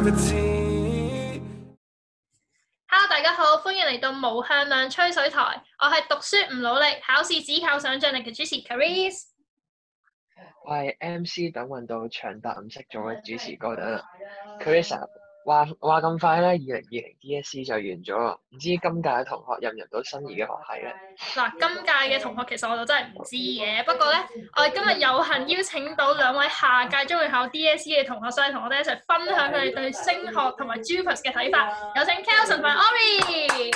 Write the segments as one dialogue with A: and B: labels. A: 知。
B: Hello，大家好，歡迎嚟到無向量吹水台，我係讀書唔努力，考試只靠想像力嘅主持 Caris。
C: 我係 MC 等運到長達唔識做嘅主持哥等啊 c a r i s a 話話咁快咧，二零二零 DSE 就完咗啦，唔知今屆嘅同學入唔入到心儀嘅學 系咧？啊
B: 嗱，今屆嘅同學其實我就真係唔知嘅，不過咧，我哋今日有幸邀請到兩位下屆將會考 DSE E 嘅同學上嚟同我哋一齊分享佢哋對升學同埋 Jupas 嘅睇法，有請 Kelson 同埋 Ori。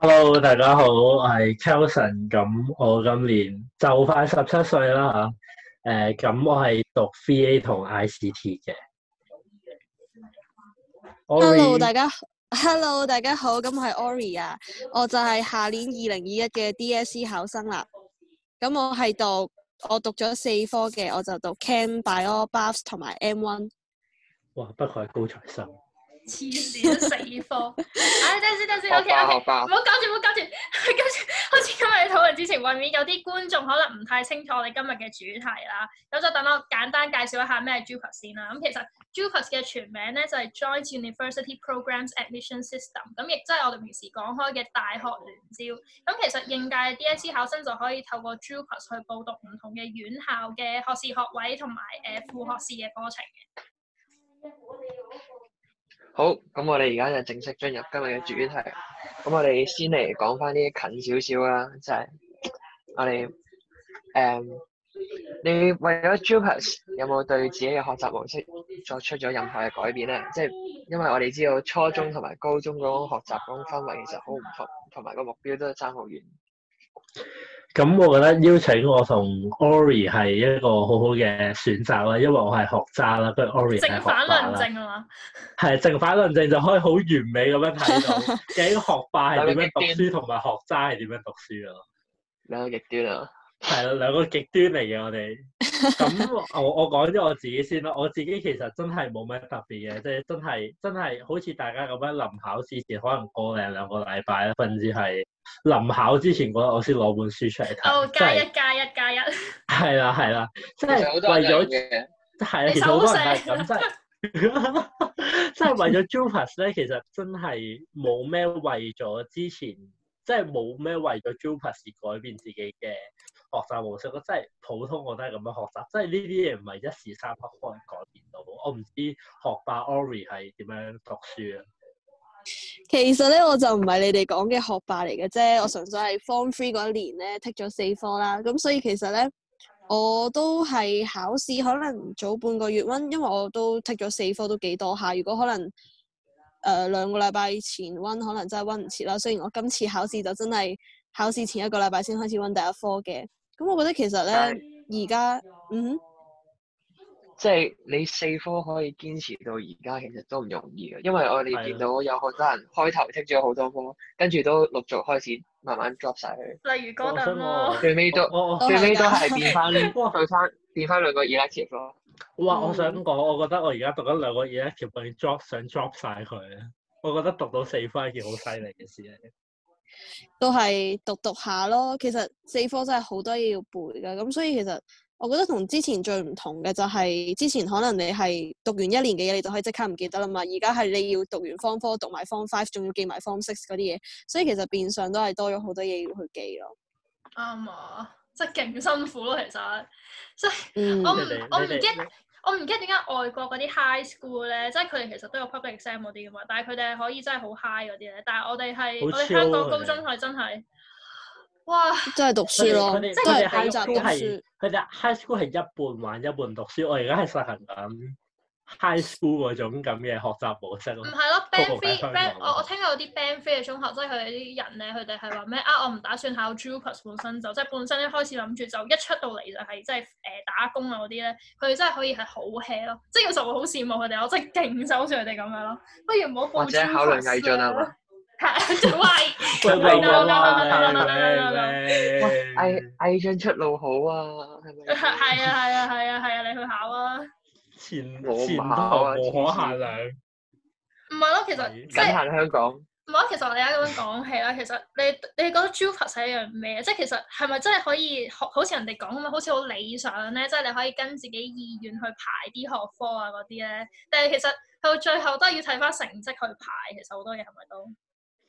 D: Hello，大家好，我係 Kelson，咁我今年就快十七歲啦嚇，誒、咁我係讀 VA 同 ICT 嘅。
E: Hello，
D: Ori，
E: 大家，Hello，大家好，咁我係 Ori 啊，我就係下年二零二一嘅 DSE 考生啦。咁我係讀，我讀咗四科嘅，我就讀 Chem、Bio、Buffs 同埋 M1。
D: 哇，不愧係高材生。
B: 黐線死科！唉、等陣先，等陣先
C: 學
B: ，OK
C: 霸
B: OK，
C: 學霸
B: 唔好搞住，唔好搞住，跟住好似今日嘅討論之前，為免有啲觀眾可能唔太清楚我哋今日嘅主題啦，咁就等我簡單介紹一下咩係 JUPAS 先啦。咁其實 JUPAS 嘅全名咧就係、Joint University Programs Admission System，咁亦即係我哋平時講開嘅大學聯招。咁其實應屆嘅 DSE 考生就可以透過 JUPAS 去報讀唔同嘅院校嘅學士學位同埋誒副學士嘅課程。
C: 好，咁我哋而家就正式進入今日嘅主題。咁我哋先嚟講翻啲近少少啦，就係、我哋誒、你為咗 Jupas 有冇對自己嘅學習模式作出咗任何嘅改變咧？即係因為我哋知道初中同埋高中嗰種學習嗰種氛圍其實好唔同，同埋個目標都爭好遠。
D: 咁我覺得邀請我同 Ori 係一個好好嘅選擇啦，因為我係學渣啦，跟住 Ori 係學
B: 正反
D: 霸
B: 論
D: 啦，
B: 證啊嘛〜
D: 係正反論證就可以好完美咁樣睇 到究竟學霸係點樣讀書同埋學渣係點樣讀書啊咯。
C: 兩個極端啊！
D: 係啦，兩個極端嚟嘅我 哋。咁我我講咗我自己先啦，我自己其實真係冇乜特別嘅，即係真係真係好似大家咁樣臨考試前，可能過零兩個禮拜啦，甚至係臨考之前嗰日，我先攞本書出嚟睇。
B: 哦，
D: 即
B: 加
D: 係
B: 一加一加一，
D: 係啦係啦，即
C: 其
D: 係
C: 實好多
D: 為
C: 人
D: 咗
C: 嘅，
D: 係啊，
B: 你
D: 其實好多人係
B: 手
D: 咁，真係 真係為咗 Jupas 咧，其實真係冇咩為咗之前，即係冇咩為咗 Jupas 而改變自己嘅學習模式咯。即係普通我都係咁樣學習，即係呢啲嘢唔係一時三刻可以改變到。我唔知學霸 Ori 係點樣讀書啊？
E: 其實咧，我就唔係你哋講嘅學霸嚟嘅啫，我純粹係 Form Three 嗰一年咧剔咗四科啦，咁所以其實咧，我都係考試可能早半個月温，因為我都剔咗四科都幾多下，如果可能誒、呃、兩個禮拜前温，可能真係温唔切啦。雖然我今次考試就真係考試前一個禮拜先開始温第一科嘅，咁我覺得其實咧
C: 但
E: 而家嗯哼。
C: 即係你四科可以堅持到而家，其實都唔容易嘅，因為我哋見到有好多人開頭剔咗好多科，跟住都陸續開始慢慢 drop 晒佢，
B: 例如
D: 我
B: 嗰
D: 想
B: 等
D: 我
B: 咯。
C: 最尾都
D: 我我
E: 都
C: 最
E: 係
C: 尾都
E: 㗎
C: 係變翻變翻變翻兩個 elective 咯。
D: 我話我
E: 嗯
D: 想講，我覺得我而家讀緊兩個嘢咧，條命 drop 想 drop 晒佢。啊我覺得讀到四科係一件好犀利嘅事嚟。
E: 都係讀讀下咯。其實四科真係好多嘢要背噶，咁所以其實我覺得同之前最唔同嘅就係、之前可能你係讀完一年嘅嘢，你就可以即刻唔記得啦嘛。而家係你要讀完 form four，讀埋 form five，仲要記埋 form six 嗰啲嘢，所以其實變相都係多咗好多嘢要去記咯。
B: 啱啊，即係勁辛苦咯，其實即係
E: 嗯，
B: 我唔
D: 你哋
B: 我唔
D: 你哋
B: get 我唔記得點解外國嗰啲 high school 咧，即係佢哋其實都有 public exam 嗰啲噶嘛，但係佢哋係可以真係好 high 嗰啲咧，但係我哋係
D: 好
B: 我哋
D: chill 啊
B: 香港高
D: 佢哋
B: 中係真係，哇！
E: 都係讀書咯，
D: 佢哋
E: 都
D: 佢哋
E: 係
D: high
E: 補習
D: school
E: 讀
D: 係
E: 書。
D: 佢哋 high school 係一半玩一半讀書，我而家係實行緊 high school 嗰種咁嘅學習模式
B: 唔
D: 咯。
B: 係咯
D: 個
B: ，band
D: 個喺
B: three
D: 香
B: band，
D: 港
B: 我我聽過有啲 band three 嘅中學，即係佢哋啲人咧，佢哋係話咩啊？我唔打算考 JUPAS 本身就即係本身一開始諗住就一出到嚟就係即係誒打工啊嗰啲咧，佢哋真係可以係好 hea 咯，即係其實我好羨慕佢哋，我真係勁手住佢哋咁樣咯。不如唔好報
C: 或者考慮毅進係嘛
B: 啦。係喂，
C: 喂喂
D: 喂喂！
C: 藝藝進出路好啊，係咪？
B: 係啊係啊係啊係啊，你去考啊！
D: 前前
C: 我
D: 途
C: 唔考啊
D: 無可限量。
B: 唔係咯，其實
D: 係
B: 即
C: 僅
B: 係
C: 限香港，
B: 唔唔好，其實我哋而家咁樣講起啦，其實你你覺得 Jupas 係一樣咩？即係其實係咪真係可以學好似人哋講咁樣，好似好理想咧？即係你可以跟自己意願去排啲學科啊嗰啲咧。但係其實到最後都係要睇翻成績去排，其實好多嘢係咪都？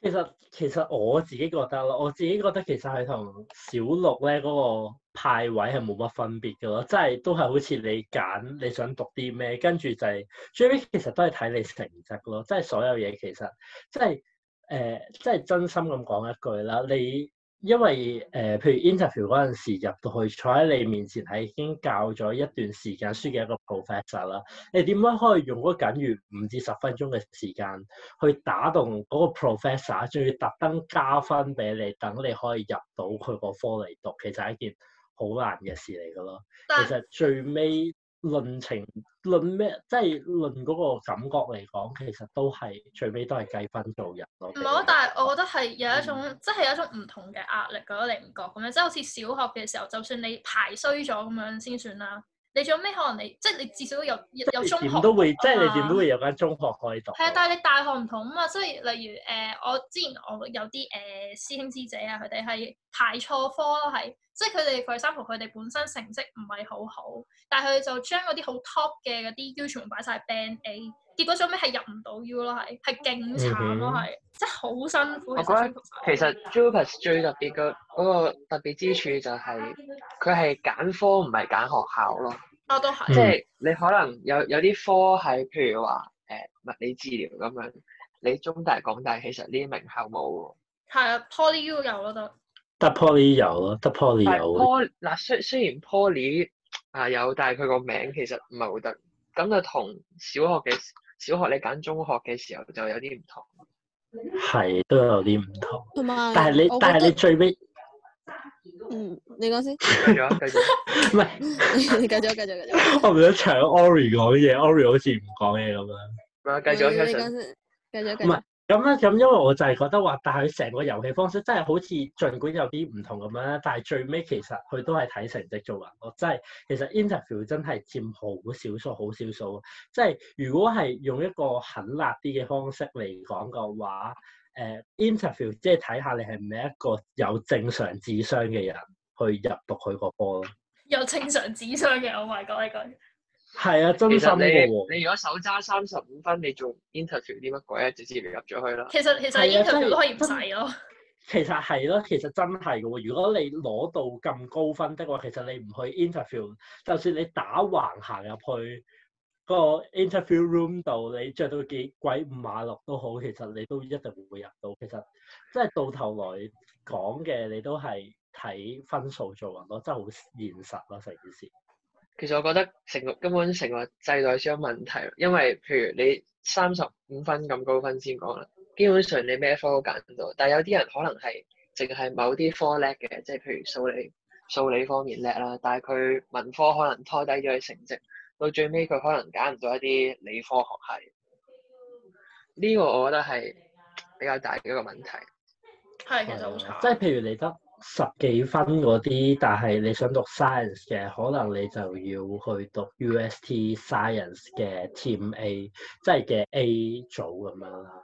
D: 其實其實我自己覺得咯，我自己覺得其實係同小六咧嗰個派位係冇乜分別嘅咯，即係都係好似你揀你想讀啲咩，跟住就係、最尾其實都係睇你成績咯，即係所有嘢其實即係誒、呃即係真心咁講一句啦，你因為誒、呃譬如 interview 嗰陣時入到去坐喺你面前係已經教咗一段時間書嘅一個 professor 啦，你點樣可以用嗰僅餘五至十分鐘嘅時間？去打動嗰個 professor，仲要特登加分俾你，等你可以入到佢個科嚟讀，其實係一件好難嘅事嚟噶咯。其
B: 但
D: 實最尾論情論咩，即係論嗰個感覺嚟講，其實都係最尾都係計分做人咯。
B: 唔好，但係我覺得係有一
D: 嗯
B: 種，即係有一種唔同嘅壓力㗎咯，你唔覺咁樣？即係好似小學嘅時候，就算你排衰咗咁樣先算啦，你最尾可能你即係你至少有有有中
D: 你
B: 學
D: 點都會，即係你點都
B: 啊
D: 會有間中學可以讀。
B: 係啊，但係你大學唔同啊嘛，所以例如誒、呃我之前我有啲誒、呃、師兄師姐啊，佢哋係排錯科咯，係即係佢哋 for example 佢哋本身成績唔係好好，但係佢哋就將嗰啲好 top 嘅嗰啲 U 全部擺晒 Band A，結果最尾係入唔到 U 咯，係係勁慘咯，
D: 嗯哼
B: 係、即係好辛苦。
C: 我覺得其實 Jupas 最特別嘅嗰個特別之處就係佢係揀科唔係揀學校咯，
B: 我啊都
D: 嗯
B: 係
C: 即係你可能有有啲科係譬如話誒物理治療咁樣，你中大、港大其實呢啲名校冇喎，
B: 係啊，Poly U 有咯都。
D: 得 Poly 有咯，得 Poly
C: 但係
D: 有。
C: Poly 嗱雖雖然 Poly 啊有，但係佢個名其實唔係好得，咁就同小學嘅小學你揀中學嘅時候就有啲唔同。
D: 係都有啲唔同。
E: 同
B: 嗯
E: 埋
D: 但係你
E: 我
D: 但
E: 覺
D: 係你
E: 得，
D: 最尾唔
E: 嗯，你講先，
C: 繼續啊，繼續。
D: 係，
E: 你繼續，繼續，繼續。
D: 我唔想搶 Ori 講嘢，Ori 好似唔講嘢咁樣。
C: 啊，繼續啊
E: 你你
C: Catherine
E: 講先，繼續，繼
D: 唔
E: 續
D: 係。咁咧，咁因為我就係覺得話，但係佢成個遊戲方式真係好似儘管有啲唔同咁樣啦，但係最尾其實佢都係睇成績做人咯。即係其實 interview 真係佔好少數，好少數。即係如果係用一個狠辣啲嘅方式嚟講嘅話，誒、interview 即係睇下你係唔係一個有正常智商嘅人去入讀佢個科咯。
B: 有正常智商嘅，Oh my god！呢句
D: 係啊，真
C: 其
D: 心
C: 實
D: 嘅喎。
C: 你你如果手揸三十五分，你做 interview 啲乜鬼啊？直接入咗去啦。
B: 其實其實
D: 係啊
B: interview
D: 真係
B: 都可以唔使咯，
D: 其實係咯，其實真係嘅喎。如果你攞到咁高分的話，其實你唔去 interview，就算你打橫行入去個 interview room 度，你着到幾鬼五馬六都好，其實你都一定會入到。其實即係到頭來講嘅，你都係睇分數做人咯，真係好現實咯成件事。
C: 其實我覺得成個根本成個制度先有問題，因為譬如你三十五分咁高分先講啦，基本上你咩科都揀到，但係有啲人可能係淨係某啲科叻嘅，即係譬如數理數理方面叻啦，但係佢文科可能拖低咗佢成績，到最尾佢可能揀唔到一啲理科學系。呢、個我覺得係比較大嘅一個問題。
B: 係其實好
D: 係啊
B: 慘
D: 即。係譬如你得十幾分嗰啲，但係你想讀 science 嘅，可能你就要去讀 UST science 嘅 Team A，即係嘅 A 組咁樣啦。
B: 嗯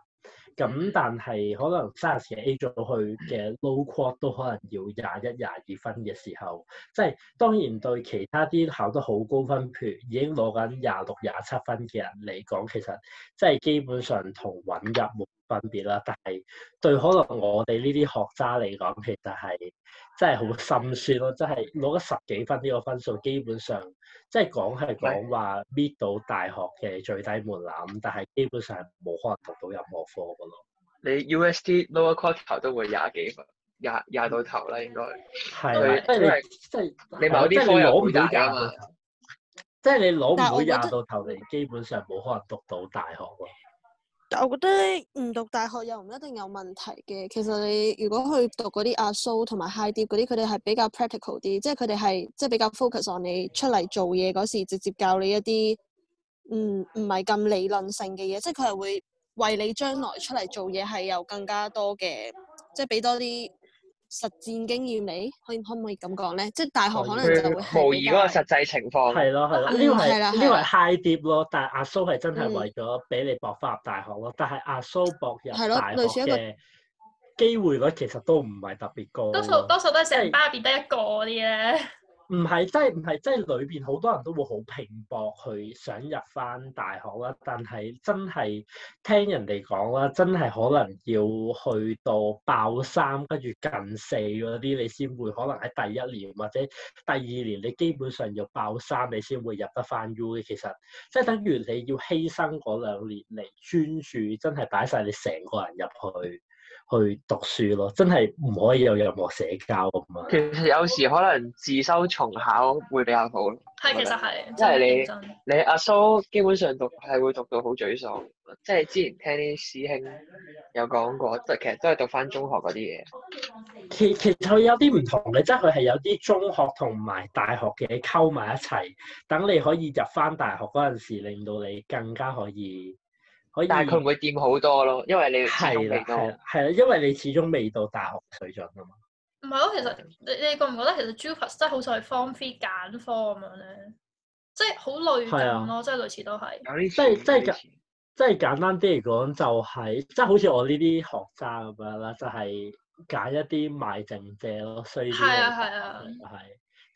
D: 咁但係可能 science 嘅 A 組去嘅 low quad 都可能要廿一、廿二分嘅時候，即係當然對其他啲考得好高分，譬如已經攞緊廿六、廿七分嘅人嚟講，其實即係基本上同揾入冇分別啦。但係對可能我哋呢啲學渣嚟講，其實係真係好心酸咯，即係攞咗十幾分呢個分數，基本上即係講係講話搣到大學嘅最低門檻，但係基本上係冇可能讀到任何科噶咯。
C: 你 USD lower quarter 都會廿幾分，廿廿到頭啦應該。
D: 係啦，即
C: 因為
D: 係你即係
C: 你某
D: 係啊即係
C: 啲科
D: 你
C: 又
D: 攞唔
C: 會
D: 到
C: 大
D: 廿
C: 㗎
D: 到
C: 嘛
D: 頭，即係你攞
C: 啊
D: 唔到
E: 但係我覺
D: 廿
E: 得
D: 到頭，你基本上冇可能讀到大學咯。
E: 但我覺得唔讀大學又唔一定有問題嘅。其實你如果去讀嗰啲阿蘇同埋 high 啲嗰啲，佢哋係比較 practical 啲，即係佢哋係即係比較 focus on 你出嚟做嘢嗰時，直接教你一啲唔唔係咁理論性嘅嘢，即係佢係會為你將來出嚟做嘢係有更加多嘅，即係俾多啲實戰經驗嚟，可以可唔可以咁講咧？即係大學可能就
C: 哦
E: 會係
C: 佢模擬
E: 比
C: 嗰個
E: 較
C: 實際情況，
D: 係咯係咯，
E: 嗯
D: 呢個係
E: 係啦係
D: 呢
E: 啦
D: 個係 high 碟咯，但係阿蘇係真係
E: 嗯
D: 為咗俾你搏翻入大學咯，但係阿蘇搏入
E: 係咯
D: 大學
E: 類似一個
D: 嘅機會率其實都唔係特別高
B: 多數
D: 咯。
B: 多數都係成班入邊得一個嗰啲咧，
D: 唔係真係唔係真係裏邊好多人都會好拼搏去想入翻大學啦，但係真係聽人哋講啦，真係可能要去到爆三跟住近四嗰啲，你先會可能喺第一年或者第二年，你基本上要爆三你先會入得翻 U 嘅。其實即係等於你要犧牲嗰兩年嚟專注，真係擺晒你成個人入去去讀書咯，真係唔可以有任何社交咁啊樣。
C: 其實有時可能自修重考會比較好。
B: 係其實係，
C: 因為你
B: 真係認真
C: 你阿蘇基本上讀係會讀到好沮喪，即係之前聽啲師兄有講過，即係其實都係讀翻中學嗰啲嘢。
D: 其其實佢有啲唔同嘅，即係佢係有啲中學同埋大學嘅溝埋一齊，等你可以入翻大學嗰陣時，令到你更加可以可以。
C: 但係佢唔會掂好多咯，因為你始終
D: 係啦
C: 未到
D: 係啦係啦，因為你始終未到大學水準啊嘛。
B: 唔係咯，其實你你覺唔覺得其實 Jupas 真係好似係 Form Three 揀科咁樣咧，即係好類
D: 係啊
B: 近咯，即係類似都係。
C: 有啲
D: 即係
C: 似
D: 即係
C: 有啲似
D: 即係簡單啲嚟講，就係、即係好似我呢啲學渣咁樣啦，就係、揀一啲賣剩借咯，衰啲嚟
B: 係啊
D: 講
B: 係啊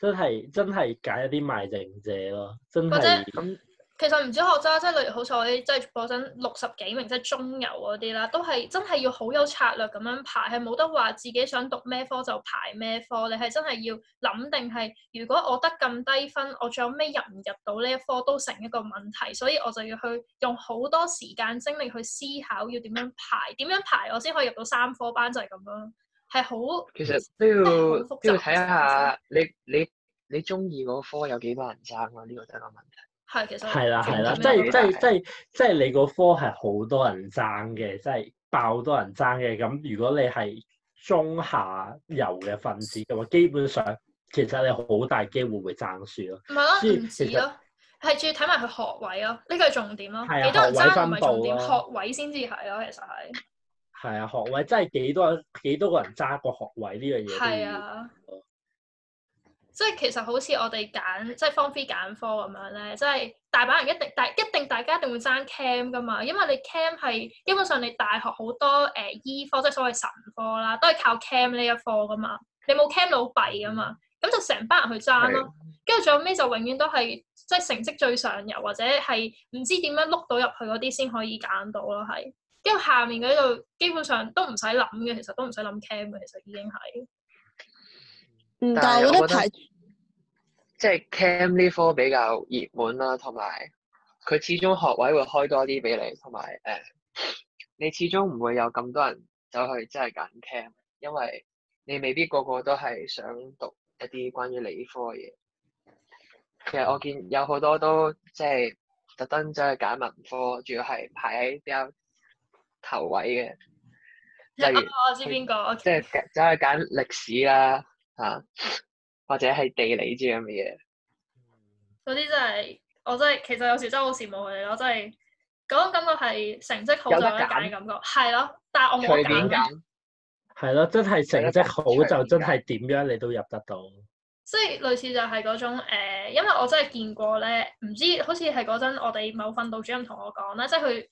D: 就係真係真係揀一啲賣剩借咯，真
B: 或者
D: 係
C: 咁
B: 其實唔止學渣，即係例如好似我啲即係嗰陣六十幾名，即係中游嗰啲啦，都係真係要好有策略咁樣排，係冇得話自己想讀咩科就排咩科，你係真係要諗定係，如果我得咁低分，我最後尾入唔入到呢一科都成一個問題，所以我就要去用好多時間精力去思考要點樣排，點樣排我先可以入到三科班就係咁樣咯，係好
C: 其實都要
B: 好複雜
C: 都要睇下你你你中意嗰科有幾多人爭咯，呢個就係一個問題。
B: 係其實
D: 係啦係
B: 整
D: 啦，即
B: 到
D: 係
B: 咩
D: 即
B: 都
D: 係即係即係你個科係好多人爭嘅，即係爆多人爭嘅。咁如果你係中下游嘅分子嘅話，基本上其實你好大機會會爭輸咯。
B: 唔係咯，
D: 所以
B: 唔止
D: 其實
B: 咯，係仲要睇埋佢學位咯，呢個係重點咯。
D: 係啊
B: 幾多人
D: 學位
B: 爭
D: 分
B: 唔
D: 佈
B: 係重點，
D: 咯
B: 學位先至係咯，其實係。
D: 係啊，學位真係幾多幾多個人爭一個學位呢樣嘢都
B: 係
D: 要。哦
B: 啊。即係其實好似我哋揀即係 form three 揀科咁樣咧，即係大把人一定大一定大家一定會爭 cam 噶嘛，因為你 cam 係基本上你大學好多誒、呃醫科即係所謂神科啦，都係靠 cam 呢一科噶嘛，你冇 cam 老弊噶嘛，咁就成班人去爭咯。跟住最後尾就永遠都係即係成績最上游，或者係唔知點樣碌到入去嗰啲先可以揀到咯，係。因為下面嗰啲就基本上都唔使諗嘅，其實都唔使諗 cam 嘅，其實已經係。
E: 嗯，
C: 但係
E: 但係我覺
C: 我
E: 得
C: 覺得
E: 排
C: 即係 cam 呢科比較熱門啦，同埋佢始終學位會開多啲俾你，同埋誒你始終唔會有咁多人走去真係揀 cam，因為你未必個個都係想讀一啲關於理科嘅嘢。其實我見有好多都即係特登走去揀文科，仲要係排喺比較頭位嘅，例如
B: 哦我知邊個，OK，
C: 即係走去揀歷史啦嚇、啊或者係地理之類咁嘅嘢。
B: 嗰啲真係我真係其實有時真係好羨慕佢哋咯，真係嗰種感覺係成績好
C: 有
B: 就
C: 得
B: 有得揀
C: 揀
B: 嘅感覺，係咯。但係我冇得
C: 隨便
B: 揀咯，
C: 揀，
D: 係咯，
B: 啊
D: 真係成績好
C: 係啦
D: 就真係點樣你都入得到。
B: 即係類似就係嗰種、呃、因為我真係見過咧，唔知好似係嗰陣我哋某訓導主任同我講啦，即係佢誒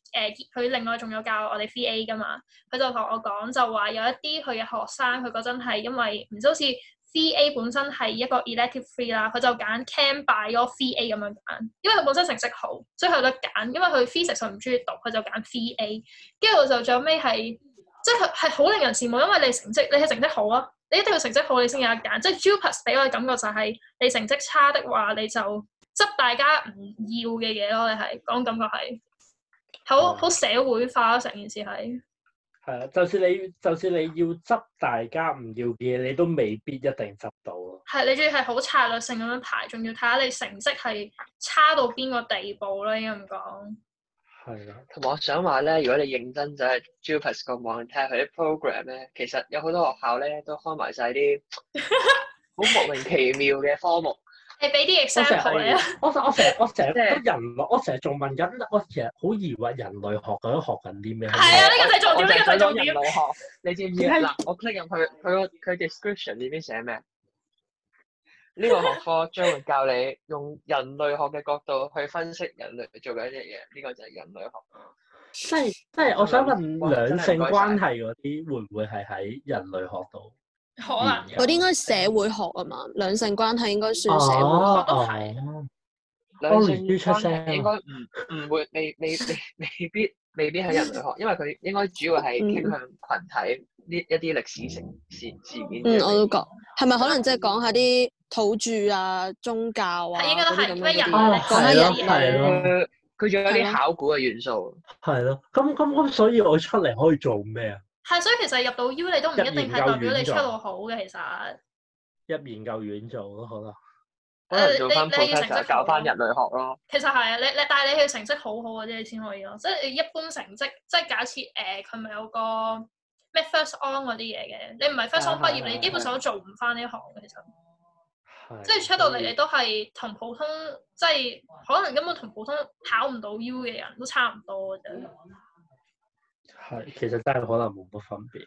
B: 佢另外仲有教我哋 VA 噶嘛，佢就同我講就話有一啲佢嘅學生，佢嗰陣係因為唔知好似 VA 本身係一個 elective free 啦，佢就揀 cam by 嗰個 VA 咁樣揀，因為佢本身成績好，所以佢有得揀，因為佢 physics 佢唔中意讀，佢就揀 VA，跟住我就最後尾係。即係佢係好令人羨慕，因為你成績你係成績好啊，你一定要成績好你先有得揀。即係 Jupas 俾我嘅感覺就係、你成績差的話，你就執大家唔要嘅嘢咯。你係嗰種感覺係好
D: 嗯
B: 好社會化咯，成件事係
D: 係啊，就算你就算你要執大家唔要嘅嘢，你都未必一定執到咯。
B: 係你仲要係好策略性咁樣排，仲要睇下你成績係差到邊個地步啦。應該咁講，
D: 係啊啦。
C: 同埋我想話咧，如果你認真就係 Jupas 個網睇下佢啲 program 咧，其實 有好多學校咧都開埋晒啲好莫名其妙嘅科目，
B: 你俾啲
D: 我成
B: example 你啊，
D: 日，我成我成日，我成日
C: 即係
D: 人類，我成日仲問緊，我其實好疑惑人類學究竟學緊啲咩？
B: 係啊，呢個就係重點，呢個
C: 我就
B: 就係
C: 係
B: 重
C: 想
B: 點
C: 人。類學，你知唔知？嗱，我 click 入去佢個佢 description 裏邊寫咩？呢個學科將會教你用人類學嘅角度去分析人類做緊嘅嘢，呢個就係人類學。
D: 即係即係，我想問
C: 哇
D: 兩性
C: 真係唔該晒
D: 關係嗰啲會唔會係喺人類學度？
B: 可能
E: 嗰啲應該社會學啊嘛，兩性關係應該算社會學。
D: 哦
B: 都
D: 哦
B: 係
C: 兩
D: 哦
C: 性
D: 連珠出
C: 關
D: 聲啊
C: 係應該唔唔會未未未未必未必係人類學，因為佢應該主要係傾向群體呢一啲歷史性事事件嘅
E: 嗯，
C: 裏邊。
E: 我都覺係咪可能即係講下啲土著啊、宗教啊，
B: 係應該都係
E: 嗰啲咁樣啊
B: 咩人
E: 嗰
D: 哦
E: 啲
B: 類
E: 講緊
D: 係咯係
E: 人類
D: 咯
C: 佢佢仲有
E: 係
C: 啲
E: 啊
C: 考古嘅元素。
D: 係咯，咁咁咁，所以我出嚟可以做咩啊？
B: 係，所以其實入到 U 你都唔一定係代
D: 入研
B: 表
D: 究
B: 你
D: 院
B: 出
D: 咗
B: 路好嘅，其實。
D: 入研究院做咯，可能。
C: 可能做翻
B: 你你嘅成績
C: professor
B: 好
C: 教翻人類學咯。
B: 其實係啊，你你但係你要成績好好嗰啲你先可以咯，即係你一般成績，即係假設誒佢咪有個咩 first on 嗰啲嘢嘅，你唔係
E: 啊
B: first on
D: 係係
B: 畢業，
D: 係
B: 你基本上都做唔翻呢行嘅，其實即係
D: 係
B: 出到嚟
D: 所以
B: 你都係同普通，即係可能根本同普通考唔到 U 嘅人都差唔多嘅啫，
D: 係，其實真係可能冇乜分別。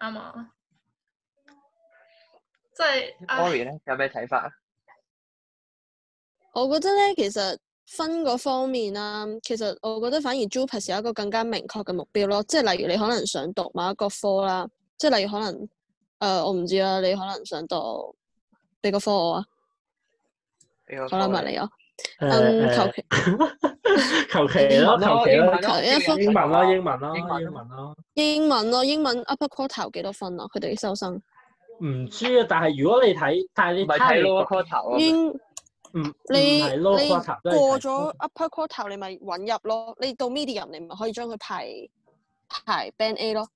B: 啱啊，即係唉
C: Ori 咧有咩睇法啊？
E: 我覺得咧，其實分嗰方面啦，其實我覺得反而 JUPAS 有一個更加明確嘅目標咯，即係例如你可能想讀某一個科啦，即係例如可能誒、呃我唔知啦，你可能想讀你個科我啊，
C: 俾個
E: 好啦，
C: 方
E: 物
C: 向
E: 理我，嗯，
D: 誒
E: 求
D: 誒
E: 其
D: 求其咯，求其咯，
E: 求一科
D: 英文咯，英
C: 文
D: 文咯，
C: 英文
D: 英文咯。
E: 英文咯，英文 upper quarter 幾多分啊？佢哋收生
D: 唔知啊，但係如果你睇，
C: 唔
D: 但係你
C: 係
D: 睇
C: 睇
D: 你
C: lower quarter 啊，
E: 英
D: 唔
E: 你
D: 唔係
E: 你
D: 咯，quota 都係
E: 過
D: 睇
E: 咗 upper quarter 你咪揾入咯，你到 medium 你咪可以將佢排排 band A 咯。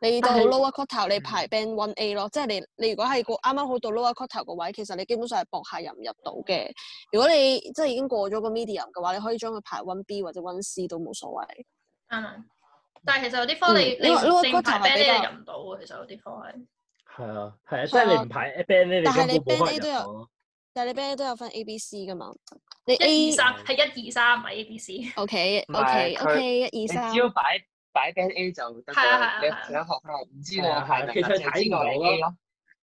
E: 你到
D: 但係
E: lower quarter 你排 band one A 咯，即係你你如果係個啱啱好到 lower quarter 個位，其實你基本上係搏下入唔入到嘅。如果你即係已經過咗個 medium 嘅話，你可以將佢排 one B 或者 one C 都冇所謂。
B: 啱啊，但係其實有啲科你
E: 嗯
B: 你
E: 呢個呢個
B: 你唔排
E: quota 係
B: band
E: 比較
B: 你入唔到嘅，其實有啲科係。
D: 係啊，係啊，即係你唔排 band 咧，你
E: 但係你
D: 根本冇
E: band
D: 可
E: A 都
D: 能
E: 有
D: 入到咯。
E: 但係你 band A 都有分 A、B、C 噶嘛？你 A
B: 一二三係一二三，唔係 A B C。
E: OK
C: 唔係
E: OK
C: 佢
E: OK 一
C: 你
E: 二三
C: 只。要擺擺 band A 就得㗎
B: 係啊係啊
C: 啦。你
B: 係啊
C: 其他學校唔知
D: 係
C: 我
D: 啊
C: 排
D: 係啊
C: 名啊，
D: 其實
C: 淨係知
D: 睇唔
C: 道
D: 到
C: 你
D: 咯
C: A 咯。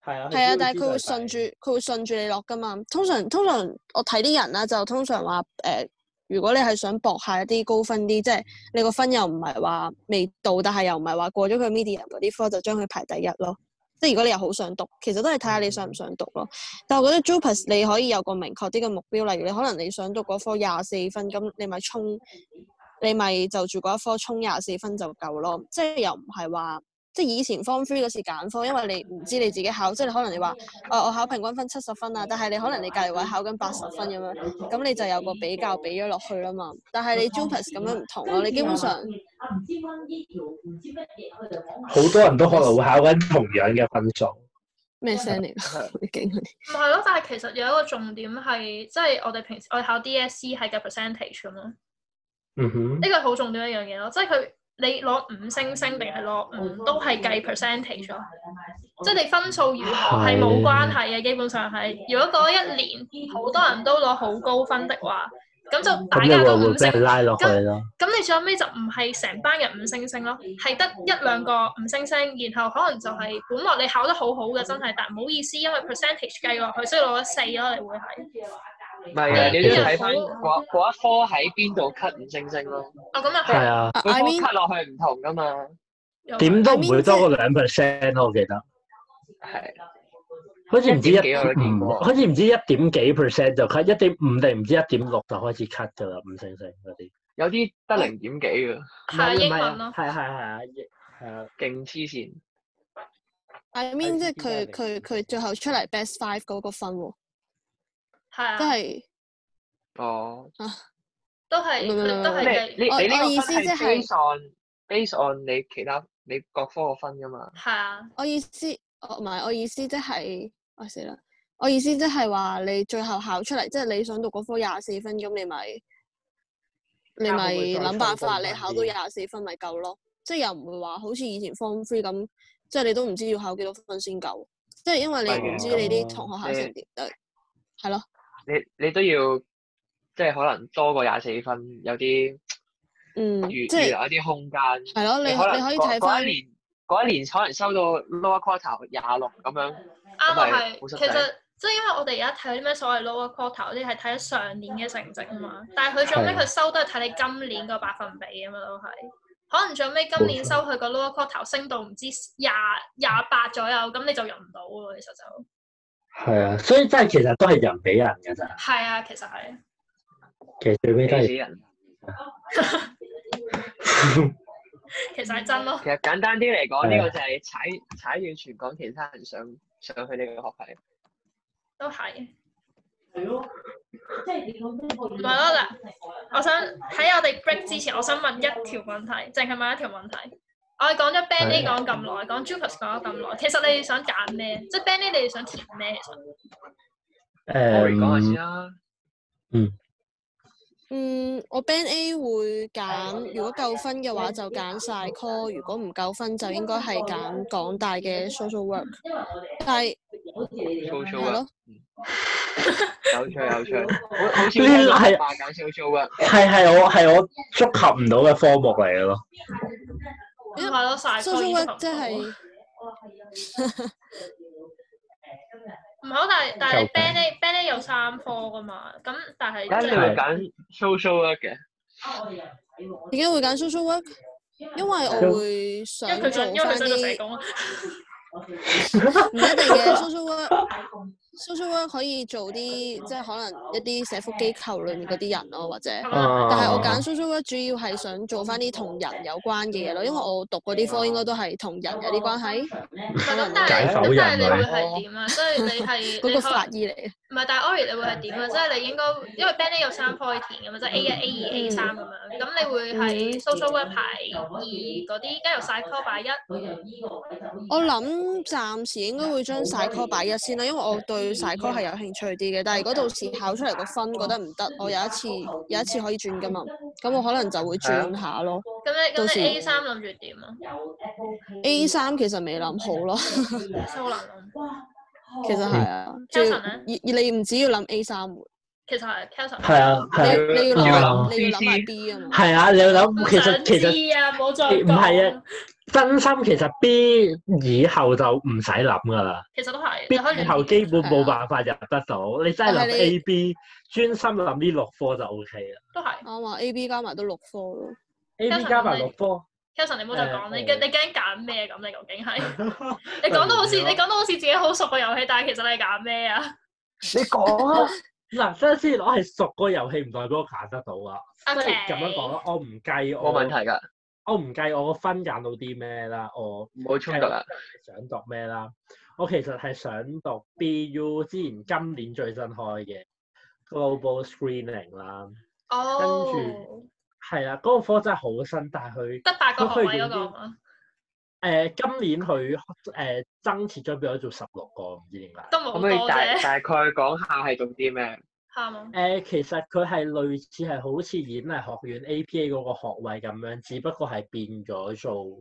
D: 係啊，
E: 係啊，但係佢會順
D: 順
E: 住佢會順住你落噶嘛。通常通常我睇啲人啦，就通常話誒、呃如果你係想搏下一啲高分啲，即係你個分又唔係話未到，但係又唔係話過咗佢 medium 嗰啲科，就將佢排第一咯。即係如果你又好想讀，其實都係睇下你想唔想讀咯。但係我覺得 JUPAS 你可以有個明確啲嘅目標，例如你可能你想讀嗰科廿四分，咁你咪衝，你咪就住嗰一科衝廿四分就夠咯。即係又唔係話。即係以前 form three 嗰時揀科，因為你唔知你自己考，即係你可能你話，
B: 嗯
E: 啊我考平均分七十分啊，但係你可能你隔離位考緊八十分咁樣，咁你就有個比較比咗落去啦嘛。但係你 JUPAS 咁樣唔同啊咯，你基本上
B: 啊
A: 唔知温醫調，唔知乜嘢，佢就講
D: 好多人都可能會考緊同樣嘅分數。
E: 咩聲嚟㗎？你勁嗰啲
B: 唔係咯，但係其實有一個重點係，即係我哋平時我哋考 DSE 係嘅 percentage 咁咯，呢
D: 嗯哼，
B: 個好重要一樣嘢咯。即係佢你攞五星星定係攞五都係計 percentage 咯，即係你分數如何係冇關係嘅，基本上係。如果嗰一年好多人都攞好高分的話，咁
C: 嗯
B: 就大
D: 咁你
B: 家
D: 會
B: 都
D: 唔
B: 五
D: 會俾
B: 星，
D: 人拉落去咯？
B: 咁你最後尾就唔係成班人五星星咯，係得一兩個五星星，然後可能就係本來你考得好好嘅真係，但唔好意思，因為 percentage 計落去，所以攞咗四咯，你會係。
C: 唔係啊，
D: 係
C: 你都要
D: 其
B: 實
C: 睇翻嗰嗰一科喺邊度 cut 五星星咯。
B: 哦，咁又
D: 係
B: 係，
D: 啊，
E: 啊
C: 嗰
E: ，I
C: 科
E: mean
C: cut 落去唔同㗎嘛。
B: 又係
D: 點都唔
E: I mean，
D: 會
E: 即係
D: 多過兩 percent 咯，我記得。
C: 係
D: 好似唔知一
C: 一點幾我都見過
D: 好似唔知一點幾 percent 就 cut，一點五定唔知一點六就開始 cut 㗎啦，五星星嗰啲。
C: 有啲得零點幾㗎，
B: 係啊英文咯，
D: 係係係啊，係啊。
C: 勁黐線。
E: I mean 即係佢
D: 係
E: 佢佢最後出嚟 best five 嗰個分喎，
B: 係啊，
E: 即係
C: 哦，
B: 都係
E: 明
B: 佢
E: 明
B: 都係
E: 明明
C: 咩？
B: 計，
C: 你你
E: 我
C: 呢
E: 我意
C: 個
E: 思
C: 分
E: 即
C: 係
E: 係
C: base on base on 你其他你各科個分㗎嘛？
B: 係啊，
E: 我意思，哦我唔係我意思即係，我死啦！我意思即係話你最後考出嚟，即係你想讀嗰科廿四分，咁你咪你
D: 啊
E: 咪
D: 會唔會再
E: 諗
D: 進
E: 辦
D: 步
E: 法，你
D: 翻
E: 考
D: 啲
E: 到廿四分咪夠咯。即係又唔會話好似以前 form three 咁，即係你都唔知要考幾多分先夠。即係因為你唔知你啲同學考成點，誒係咯，
C: 你你都要即係可能多過廿四分，有啲
E: 嗯，
C: 預
E: 即
C: 預留
E: 係
C: 一啲空間。
E: 係咯，你
C: 啊可能
E: 你可以
C: 嗰
E: 睇
C: 嗰
E: 翻
C: 一年嗰一年可能收到 lower quarter 廿六咁樣，
B: 啱
C: 咁
B: 啊，
C: 咪
B: 係，
C: 好失
B: 其
C: 禮
B: 實即係因為我哋而家睇啲咩所謂 lower quarter 嗰啲係睇咗上年嘅成績啊
C: 嗯
B: 嘛，但係佢最尾
C: 係
B: 佢收都係睇你今年個百分比咁嘛，都係。可能最尾今年收佢個 lower quarter 升到唔知廿廿八左右，咁你就入唔到喎。其實就
D: 係啊，所以真係其實都係人俾人㗎咋，
B: 係啊，其實係。
D: 其實最尾都
C: 氣死
D: 係
C: 人。
B: 其實係真咯，
C: 其實簡單啲嚟講，
D: 係
C: 呢個就係踩踩住全港其他人上上去呢個學費。
B: 都係。
A: 係咯，即係你講呢個。
B: 唔係咯嗱，我想喺我哋 break 之前，我想問一條問題，淨係問一條問題。我哋講咗 Benny
D: 係
B: 講咁耐，講 Jupas 講咗咁耐，其實你哋想揀咩？即係 Benny 你哋想填咩？其實
C: 我嚟講下
D: 誒
C: 先，啦，
E: 嗯，我 Band A 會揀，如果夠分嘅話就揀晒 call，如果唔夠分就應該係揀港大嘅 social work。
A: 因為我哋
E: 但係
A: 好似你哋咁
C: Social
E: 係
A: 樣。
E: 咯，
C: 有趣 有趣，好好少
D: 呢
C: 聽
D: 個
C: 到
D: 係
C: 話搞 social work，
D: 係係我係我觸及唔到嘅科目嚟嘅咯。
B: 唔係咯，晒
E: social work 即係
B: 唔係好，但係但係你
D: 就咁
B: band A band A 有三科噶嘛，咁但係
C: 點解
B: 即
C: 你
B: 係
C: 會揀 social work 嘅？
E: 點解會揀 social work？因為
D: 都
E: 我會想
B: 因為
E: 做
B: 佢想因為佢
E: 翻
B: 想做社
E: 啲
B: 工啊，
E: 唔一定嘅 social work。social work 可以做啲即係可能一啲社福機構裏面嗰啲人咯，或者。
B: 咁啊
D: 啊
E: 但係我揀 social work 主要係想做翻啲同人有關嘅嘢咯，因為我讀嗰啲
B: 哦
E: 科應該都係同 人有啲關係，
B: 唔係咁，但
D: 解
B: 係
D: 剖
B: 咁但係
D: 人
B: 你會
D: 類
B: 係點啊？即係你 係
E: 哦嗰
B: 你
E: 個
B: 可嗯
E: 法醫嚟。
B: 唔係，但係 Ori 你會係點啊？即係你應該因為 band A 有三科可以填嘅嘛，
D: 嗯
B: 即係 A 一、A 二、A 三
E: 嗯
B: 咁樣，咁你會係 social work 排二嗰啲，跟住 psycho 排一。
E: 我諗暫時應該會將 psycho 擺一先啦，因為我
B: 嗯
E: 對 psycho 係有興趣啲嘅。但係如果到時考出嚟個分覺得唔得，我有一次有一次可以轉噶嘛，咁我可能就會
B: 啊
E: 轉下咯。
B: 咁你
E: 到
B: 咁
E: 時
B: 你 A 三諗住點啊？
E: A 三其實未諗好咯，
B: 蘇能諗，
A: 哦
E: 其實係啊，
C: 嗯
E: 仲要
B: Kelson 呢
E: 而而你唔只要諗 A 三，你
B: 其實係 Kelson。
D: 係啊係啊
E: 你要
D: 啊
E: 諗你要諗埋 B 啊嘛。
D: 係啊，你要諗其
B: 我想
D: 實其實。
B: 知啊，冇再
D: 唔係
B: 講
D: 啊。真心其實 B 以後就唔使諗噶啦
B: 其實都係，
D: ，B
B: 你可以
D: 以
B: 聯
D: 後基本冇
E: 係啊
D: 辦法入得到。你真係
E: 但係
D: 諗
E: 你
D: A、B，專心諗呢六科就 O K 啦。
B: 都係。
E: 啱啊，A、B 加埋都六科咯。
D: A、B 加埋六科，
B: Kelson，你唔好再講，你
D: 誒
B: 你驚揀咩咁？你究竟 係你講到好似你講到好似自己好熟個遊戲，但係其實你係揀咩啊？
C: 你講啊！
D: 嗱，真先我係熟個遊戲，唔代表我揀得到啊。即
B: OK
D: 係咁樣講啦，我唔計
C: 冇
D: 我
C: 問題㗎，
D: 我唔計我個分揀到啲咩啦，我
C: 冇衝突啦。
D: 想讀咩啦？我其實係想讀 BU，之前今年最新開嘅 Global Screening 啦，
B: 哦，
D: 係啊，嗰、個科真係好新，但係佢
B: 得八個學位嗰個係嘛
D: 誒今年佢誒、增設咗俾我做十六個，唔知點解。
B: 都冇
C: 可
B: 好
C: 唔可以
B: 多
C: 大
B: 啫，
C: 大概講下係做啲咩？
B: 啱嘛
D: 誒、？其實佢係類似係好似演藝學院 APA 嗰個學位咁樣，只不過係變咗做誒、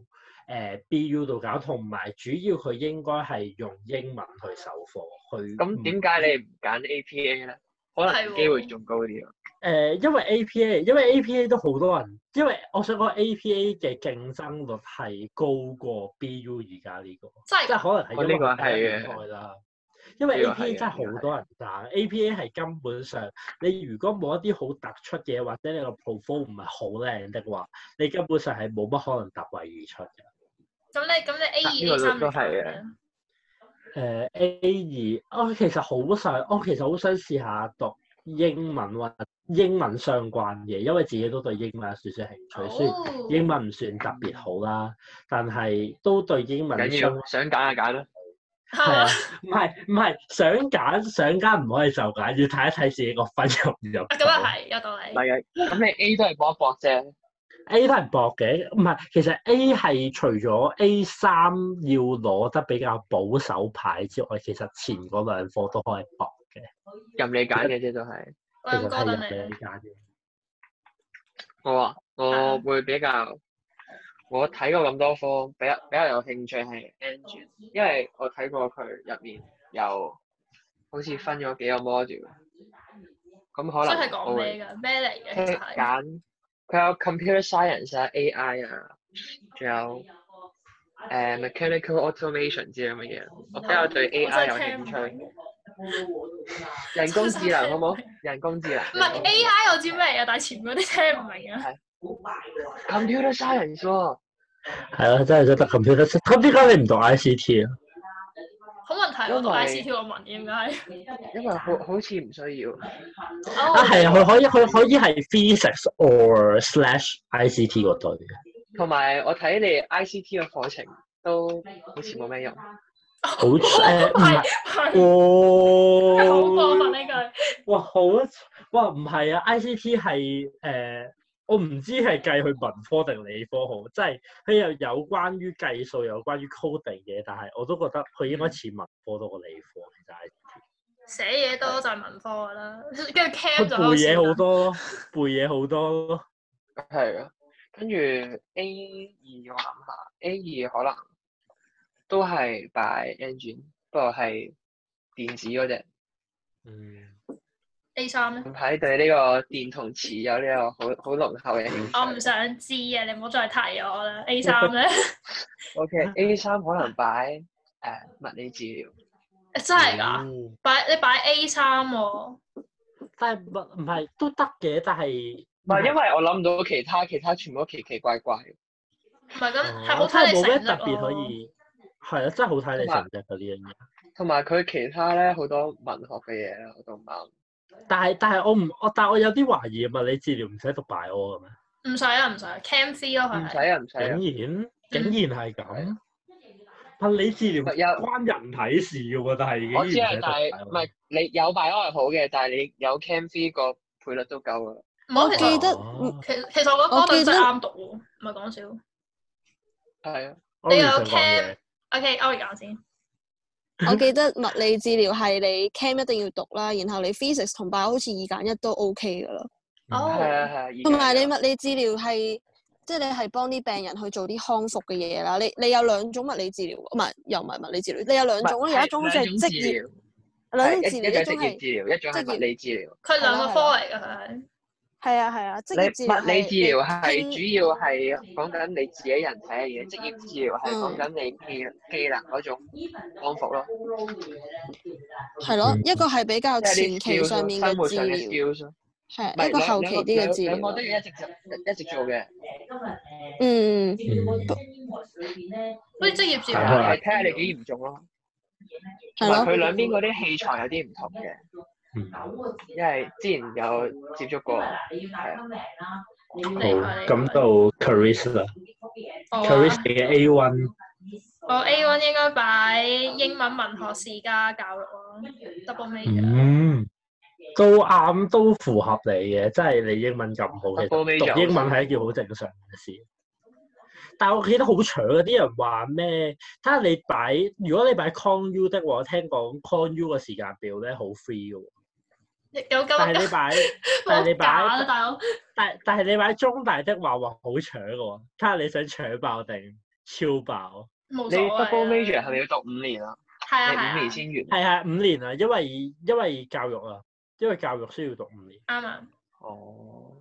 D: BU 度搞，同埋主要佢應該係用英文去授課去。
C: 咁
B: 嗯
C: 點解你唔揀 APA 咧？可
B: 係
C: 能
B: 喎
C: 機會仲高啲喎。
D: 誒、呃因為 APA，因為 APA 都好多人，因為我想講 APA 嘅競爭率係高過 BU 而家呢個。
B: 真
D: 即
B: 係
D: 係可能係
C: 我
D: 因
C: 哦呢
D: 為
C: 個
D: 佢第
C: 係呢個係嘅
D: 一年開啦，因為 APA 真
C: 呢
D: 係
C: 個
D: 好多人打，APA 係根本上你如果冇一啲好突出嘅，或者你個 profile 唔係好靚的話，你根本上係冇乜可能突圍而出嘅。
B: 咁你咁你 A 二
C: 啊呢個
B: A
C: 都
B: 三啊
C: 都係嘅
D: 誒、A 呃二，我其實好想，我其實好想試下讀英文或英文相關嘅，因為自己都對英文有少少興趣，雖然
B: 哦，
D: 英文唔算特別好啦，但係都對英
C: 唔
D: 文
C: 嗯緊
D: 相
B: 啊
C: 要，想揀就揀啦。
B: 係
D: 係啊
B: 嘛？，
D: 唔係唔係，想揀想揀唔可以就揀，要睇一睇自己個分入唔入
B: 啊
D: 到。
B: 咁啊係，有道理。
C: 係嘅，咁你 A 都係搏一搏啫。
D: A 都係薄嘅，唔係其實 A 係除咗 A 三要攞得比較保守牌之外，其實前嗰兩科都可以薄嘅，
C: 任你揀嘅啫，都係。
B: 我
D: 其
B: 用
D: 實
B: 哥
D: 係
B: 等
D: 入俾
B: 你
D: 你。揀嘅。
C: 我啊，我
B: 啊
C: 會比較，我睇過咁多科，比較比較有興趣係 engine，因為我睇過佢入面有好似分咗幾個 module，
B: 即
C: 咁可
B: 係
C: 能
B: 講
C: 我會
B: 咩㗎？咩嚟嘅？
C: 即
B: 其實
C: 係
B: 係
C: 揀佢有 computer science 啊、AI 啊，仲有誒、mechanical automation 之類乜嘢。我比較對
B: 我真
C: AI 有
B: 係聽唔
C: 興趣。
B: 明。
C: 人工智能好冇
B: 真係？
C: 人工智能。
B: 唔係 AI 我知咩啊，但係前嗰啲聽唔明啊。
C: computer science 喎，
D: 係咯，真係真得 computer science。咁點解你唔讀 ICT 啊？
B: 好問題，我讀
C: 因為
B: ICT 我問應該係。
C: 因為好好似唔需要。
B: 哦
D: 啊係啊，佢可以佢可以係 physics or slash ICT 嗰對嘅。
C: 同埋我睇你 ICT 嘅課程都好似冇咩用。
D: 好誒唔係
B: 哦係係好過分
D: 哦，
B: 呢句。
D: 哇好啊哇唔係啊，ICT 係誒、呃我唔知係計佢文科定理科好，即係佢又有關於計數，有關於 coding 嘅，但係我都覺得佢應該似文科多過理科，其實係。
B: 寫嘢多就係文科㗎啦，跟住 cam
D: 佢
B: 就
D: 背
B: 開始
D: 嘢好
B: 啦。
D: 多咯， 背嘢好多咯。
C: 係啊，跟住 A 二我諗下，A 二可能都係 by engine，不過係電子嗰只。
D: 嗯，
B: A 三咧，
C: 近排對呢個電同磁有呢個好好濃厚嘅興趣。
B: 我唔想知啊，你唔好再提我啦。A 三 咧，
C: O K，A 三可能擺誒、物理治療，
B: 嗯真係㗎，
D: 嗯
B: 擺你擺 A 三喎，
D: 但係唔唔係都得嘅，但係
C: 唔係因為我諗唔到其他，其他全部都奇奇怪怪。
B: 唔係咁係
D: 嗯哦我
B: 好
D: 真
B: 睇
D: 係
B: 你
D: 冇咩
B: 成
D: 特
B: 績
D: 別可
B: 咯。
D: 以，係啊，真係好睇你成績嗰啲嘢。
C: 同埋佢其他咧好多文學嘅嘢啦，我都唔啱。
D: 但係但係我唔我但係我有啲懷疑啊嘛，你治療唔使讀 bio 嘅咩？
B: 唔使啊，唔使啊，cam three 咯，
C: 唔
B: 佢
C: 使
B: 係
C: 啊，唔使
D: 竟
C: 啊。
D: 然竟然係咁
C: 係，
D: 但你治療
C: 咪有
D: 關人體事嘅喎，但
C: 我
D: 係
C: 知
D: 竟
C: 啊
D: 然唔使，讀
C: 但係唔
D: bio。
C: 係你有 bio 係好嘅，但係你有 cam three 個倍率都夠啊啦。
B: 唔好
E: 我
B: 其
E: 記
B: 實
E: 得
D: 哦
B: 其其實我覺得
E: 我
B: 嗰
E: 記
B: 對
E: 得
B: 真係啱讀喎，唔係講笑。
C: 係啊，
D: 哦我
B: 你
D: 唔
B: 有
D: 想講
B: cam
D: 嘢
B: OK，我而家先。
E: 我記得物理治療係你 chem 一定要讀啦，然後你 physics 同 bio 好似二揀一都 OK 噶啦。
D: 嗯
B: 哦
C: 係啊，係啊。而家
E: 同埋你物理治療係即係你係幫啲病人去做啲康復嘅嘢啦。你你有兩種物理治療，唔係又唔係物理治療，你有兩種
C: 唔
E: 咯。
C: 係
E: 有一種好似係職業，，兩
C: 係
E: 種
C: 兩
E: 治
C: 種
E: 療，
C: 治療係一一
E: 一
C: 種
E: 種
C: 係職業治療，一種
E: 係職業
C: 係物理治療。
B: 佢兩個科嚟㗎，佢係
E: 係啊係啊，職業治
C: 你
E: 療
C: 物理治療係
E: 係
C: 主要係講緊你自己人體嘅嘢，職業治療
E: 嗯
C: 係講緊你技技能嗰種康復咯，
E: 係咯，一個係比較
C: 即係
E: 前
C: 啲
E: 期
C: skills
E: 上
C: 咯
E: 面
C: 生活
E: 嘅治
C: 上嘅
E: 療，
C: skills 咯。唔
E: 係
C: 係
E: 一個
C: 兩
E: 後期
C: 兩個
E: 啲嘅
C: 兩
E: 治
C: 兩個都
E: 療。
C: 要一直做一一直做嘅，
E: 嗯，
B: 好似職業治
D: 係
C: 但
B: 療
D: 啊
C: 係睇下你幾嚴重咯。
E: 係
C: 同埋
E: 咯，
C: 佢兩邊嗰啲器材有啲唔同嘅，
D: 嗯
C: 因為之前有接觸過，係啊，
B: 厲害
D: 嗯好，咁到 Carissa 啦
B: 我啊
D: ，Carissa 嘅 A one
B: 我哦
E: 啊
B: A one 應該擺英文文學史加教育咯，double major。
D: 嗯，都啱，都符合你嘅，即係你英文咁好，其
C: Double
D: 實
C: major
D: 讀英文係一件好正常嘅事。但係我記得好長啊！啲人話咩？睇下你擺，如果你擺 con u 的話，我聽講 con u 個時間表咧好 free 嘅喎。
B: 有
D: 但
B: 咁
D: 係 你擺，但係你
B: 冇假啦，
D: 擺，
B: 大佬。
D: 但但係你擺中大的話，話好搶嘅喎。睇下你想搶爆定超爆？
B: 冇
C: 你
B: 所謂啊
C: double major 係咪要讀五年啊？
B: 係
C: 你
B: 啊
C: 五年
B: 係
C: 先完。
D: 係啊，五年啊，因為因為教育啊，因為教育需要讀五年。
B: 啊，啱啊，
C: 哦，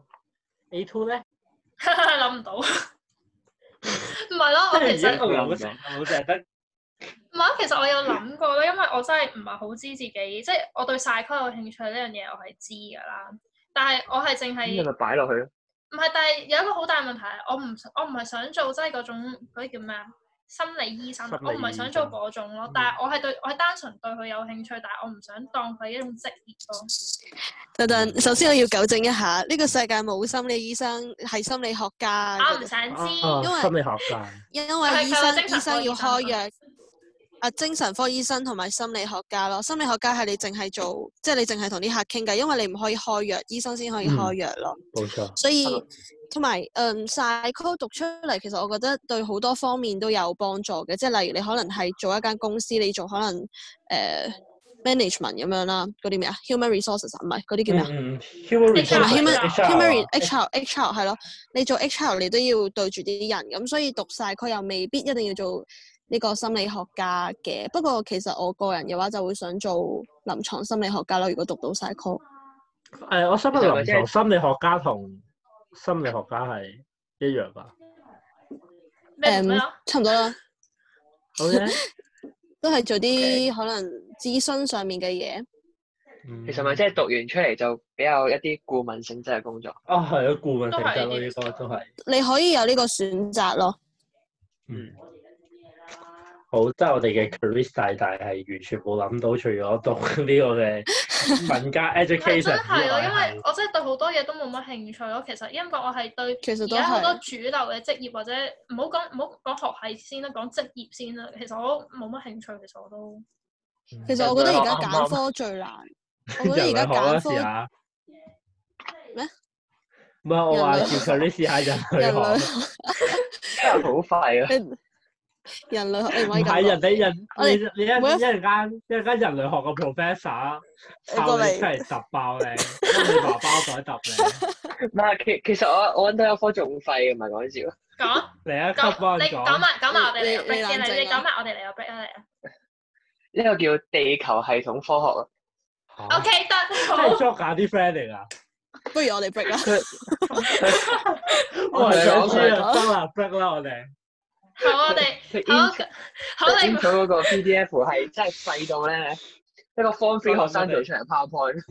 D: A two 咧？
B: 諗唔到。唔係咯，我其實
C: 我諗
D: 成我淨係得
B: 唔係啊，其實我有諗過咧，因為我真係唔係好知自己，即係我對曬區有興趣呢樣嘢，我係知㗎啦。但係我係淨
C: 咁你
B: 係
C: 咪擺落去咯。
B: 唔係，但係有一個好大問題係，我唔我唔係想做即係嗰種嗰啲叫咩啊？心理醫生，啊
D: 心理醫生
B: 我唔係想做嗰種咯
D: 嗯。
B: 但係我係對我係單純對佢有興趣，但係我唔想當佢一種職業咯。
E: 等等，首先我要糾正一下，呢個世界冇心理醫生，係心理學家。
B: 我唔想知，
D: 啊
E: 因為
D: 心理學家。
E: 因
B: 佢
E: 為
B: 係
E: 醫
B: 佢係
E: 生
B: 精神科
E: 醫生要
B: 醫生啊
E: 開藥，啊精神科醫生同埋心理學家咯，心理學家係你淨係做，即係你淨係同啲客傾偈，因為你唔可以開藥，醫生先可以開藥咯。
D: 冇錯，
E: 所以
C: 係咯
E: 同埋誒曬 code 讀出嚟，其實我覺得對好多方面都有幫助嘅，即係例如你可能係做一間公司，你做可能誒、呃 management 咁樣啦，嗰啲咩啊，human resources 啊唔係嗰啲叫咩啊？
D: 嗯嗯，human
B: HR
E: 同埋 human
B: HR
E: human HR HR 係咯，你做 HR 你都要對住啲人咁，所以讀晒佢又未必一定要做呢個心理學家嘅。不過其實我個人嘅話就會想做臨床心理學家咯，如果讀到晒 call。
D: 誒、我想
C: 其
D: 問
C: 實咪
D: 林
C: 即係
D: 同心理學家同心理學家係一樣吧？
B: 咩
E: 嗯
B: 咩啊？
E: 差唔多啦，
D: 好嘅，
E: 都係做啲可能諮詢上面嘅嘢。
D: 嗯
C: 其實咪即係讀完出嚟就比較一啲顧問性質嘅工作。
D: 啊，係啊，顧問性質
B: 都
D: 咯，
B: 係呢
D: 應
B: 啲
D: 該都係。
E: 你可以有呢個選擇咯。
D: 嗯，好，即係我
B: 嗯
D: 哋嘅 career 大大係完全冇諗到，除咗讀 呢個嘅啊文家
B: 係真
D: education
B: 嗯係啊
D: 之
B: 咯，因
D: 外
B: 為，我真係對好多嘢都冇乜興趣咯。其實因為我係對
E: 其實
B: 而
E: 都
B: 家好多
E: 係，
B: 主流嘅職業或者唔好講唔好講學系先啦，講職業先啦。其實我都冇乜興趣，其實我都
E: 其實我覺得而家揀科最難。我覺得而家揀
D: 啊人類學嗰時
E: 科
D: 啊，
E: 咩？
D: 唔係我話
E: 人
D: 叫
E: 類
D: career 下人類
E: 人類
D: 學，
C: 真係好快 啊！
E: 人類學你唔
D: 唔
E: 可以
D: 係
E: 咁
D: 人
E: 講。
D: 哋人
E: 我哋
D: 你你一
E: 每一
D: 一陣間一陣間人類學個 professor
E: 你
D: 抄你
E: 過嚟
D: 出嚟揼爆你，攞你爸包袋揼你，
C: 唔係，其其實我我揾到有科仲廢嘅，唔係講笑。
B: 講
D: 你一級幫
B: 講
D: 我
B: 你啊講
D: 啊講
B: 埋講埋我哋
E: 你
B: 嚟個
E: 你
B: break 先
E: 冷
B: 嚟，
E: 靜
B: 你
E: 啊
B: 講埋我哋嚟個 break 啦嚟啊。
C: 呢個叫地球系統科學啊。
D: 嚇
B: O K 得
D: 哦真係
B: 好，
D: 作假啲 friend 嚟㗎。
E: 不如我哋 break 啦。
D: 我係想知
E: 我
D: 啊，得啦，break 啦，我哋。
B: 好我 哋
C: 佢
B: 好好
C: in 佢
B: 你
C: in 咗嗰個 PDF 係真係廢到咧，一個 form three 學生做出嚟 PowerPoint。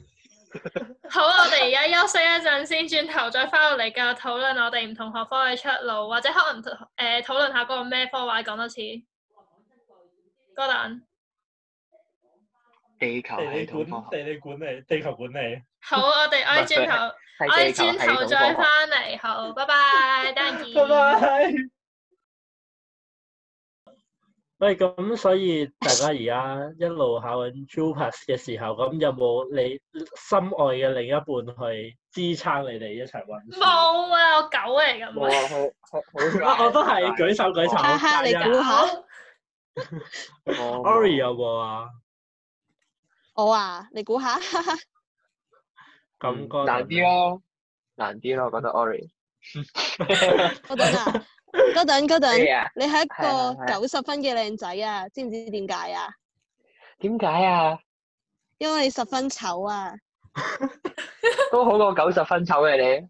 B: 好我哋而家休息一陣先，轉頭再翻到嚟繼續討論我哋唔同學科嘅出路，或者可能誒、呃、討論下嗰個咩科位講多次。哥蛋，
C: 地球
D: 地理
C: 系統
D: 管
C: 科學
D: 地理管理、地球管理。
B: 好我哋我哋轉頭。我
C: 係
B: 哋
C: 地球
B: 轉
C: 系
B: 頭
C: 統
B: 再
C: 科學。
B: 翻嚟，好，拜拜，等陣見。
D: 拜。喂，咁所以大家而家一路考緊 JUPAS 嘅時候，咁有冇你心愛嘅另一半去支撐你哋一齊温書？
B: 冇啊，我狗嚟㗎，唔
C: 冇
B: 係
C: 啊，佢佢佢
D: 啊，我都係舉手舉手。
E: 哈哈你估下
B: 狗。
D: Ori 有冇啊？
E: 我啊，你估下？
D: 感覺
C: 嗯難啲。啊咯，難啲咯，我覺得 Ori。
E: 嗰等 啊，嗰等嗰等，
C: 咩啊？
E: 你係一
C: 係係
D: 啊
E: 個九十分嘅靚仔啊，知唔知點解啊？
C: 點解啊？
E: 因為你十分醜啊！
C: 都好過九十分醜嘅你。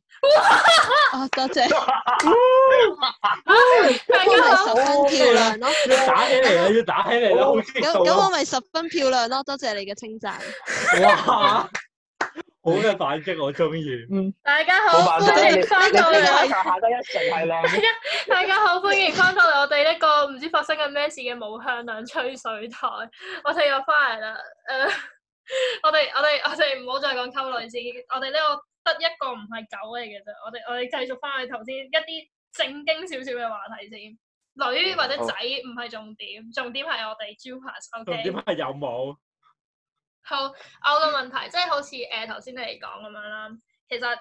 E: 啊，多謝，
B: 大
E: 咁咪
D: 啊
B: 家好
E: 十，分漂 亮咯。
D: 要打起嚟啦！啊要打起嚟啦！好激
E: 咁
D: 動
E: 咁我
D: 啊！
E: 咪十分漂亮咯，多謝你嘅稱讚。
D: 哇，啊 好嘅反擊，我中意。
B: 大家
C: 冇
B: 好，
C: 辦法，
B: 歡
C: 你
B: 迎翻到
C: 你下
B: 嚟，
C: 下得一成係 靚嘅。
B: 大家好，歡迎翻到嚟我哋呢個唔知發生緊咩事嘅無向量吹水台， 我哋又翻嚟啦，誒， 我哋我哋我哋唔好再講溝女先，我哋呢個得一個唔係狗嚟嘅啫，我哋我哋繼續翻去頭先一啲正經少少嘅話題先。女或者
C: 好
B: 仔唔係重點，重點係我哋 Jupas，OK？
D: 重點係有冇？
B: 好，我個問題即係好似誒頭先你哋講咁樣啦，其實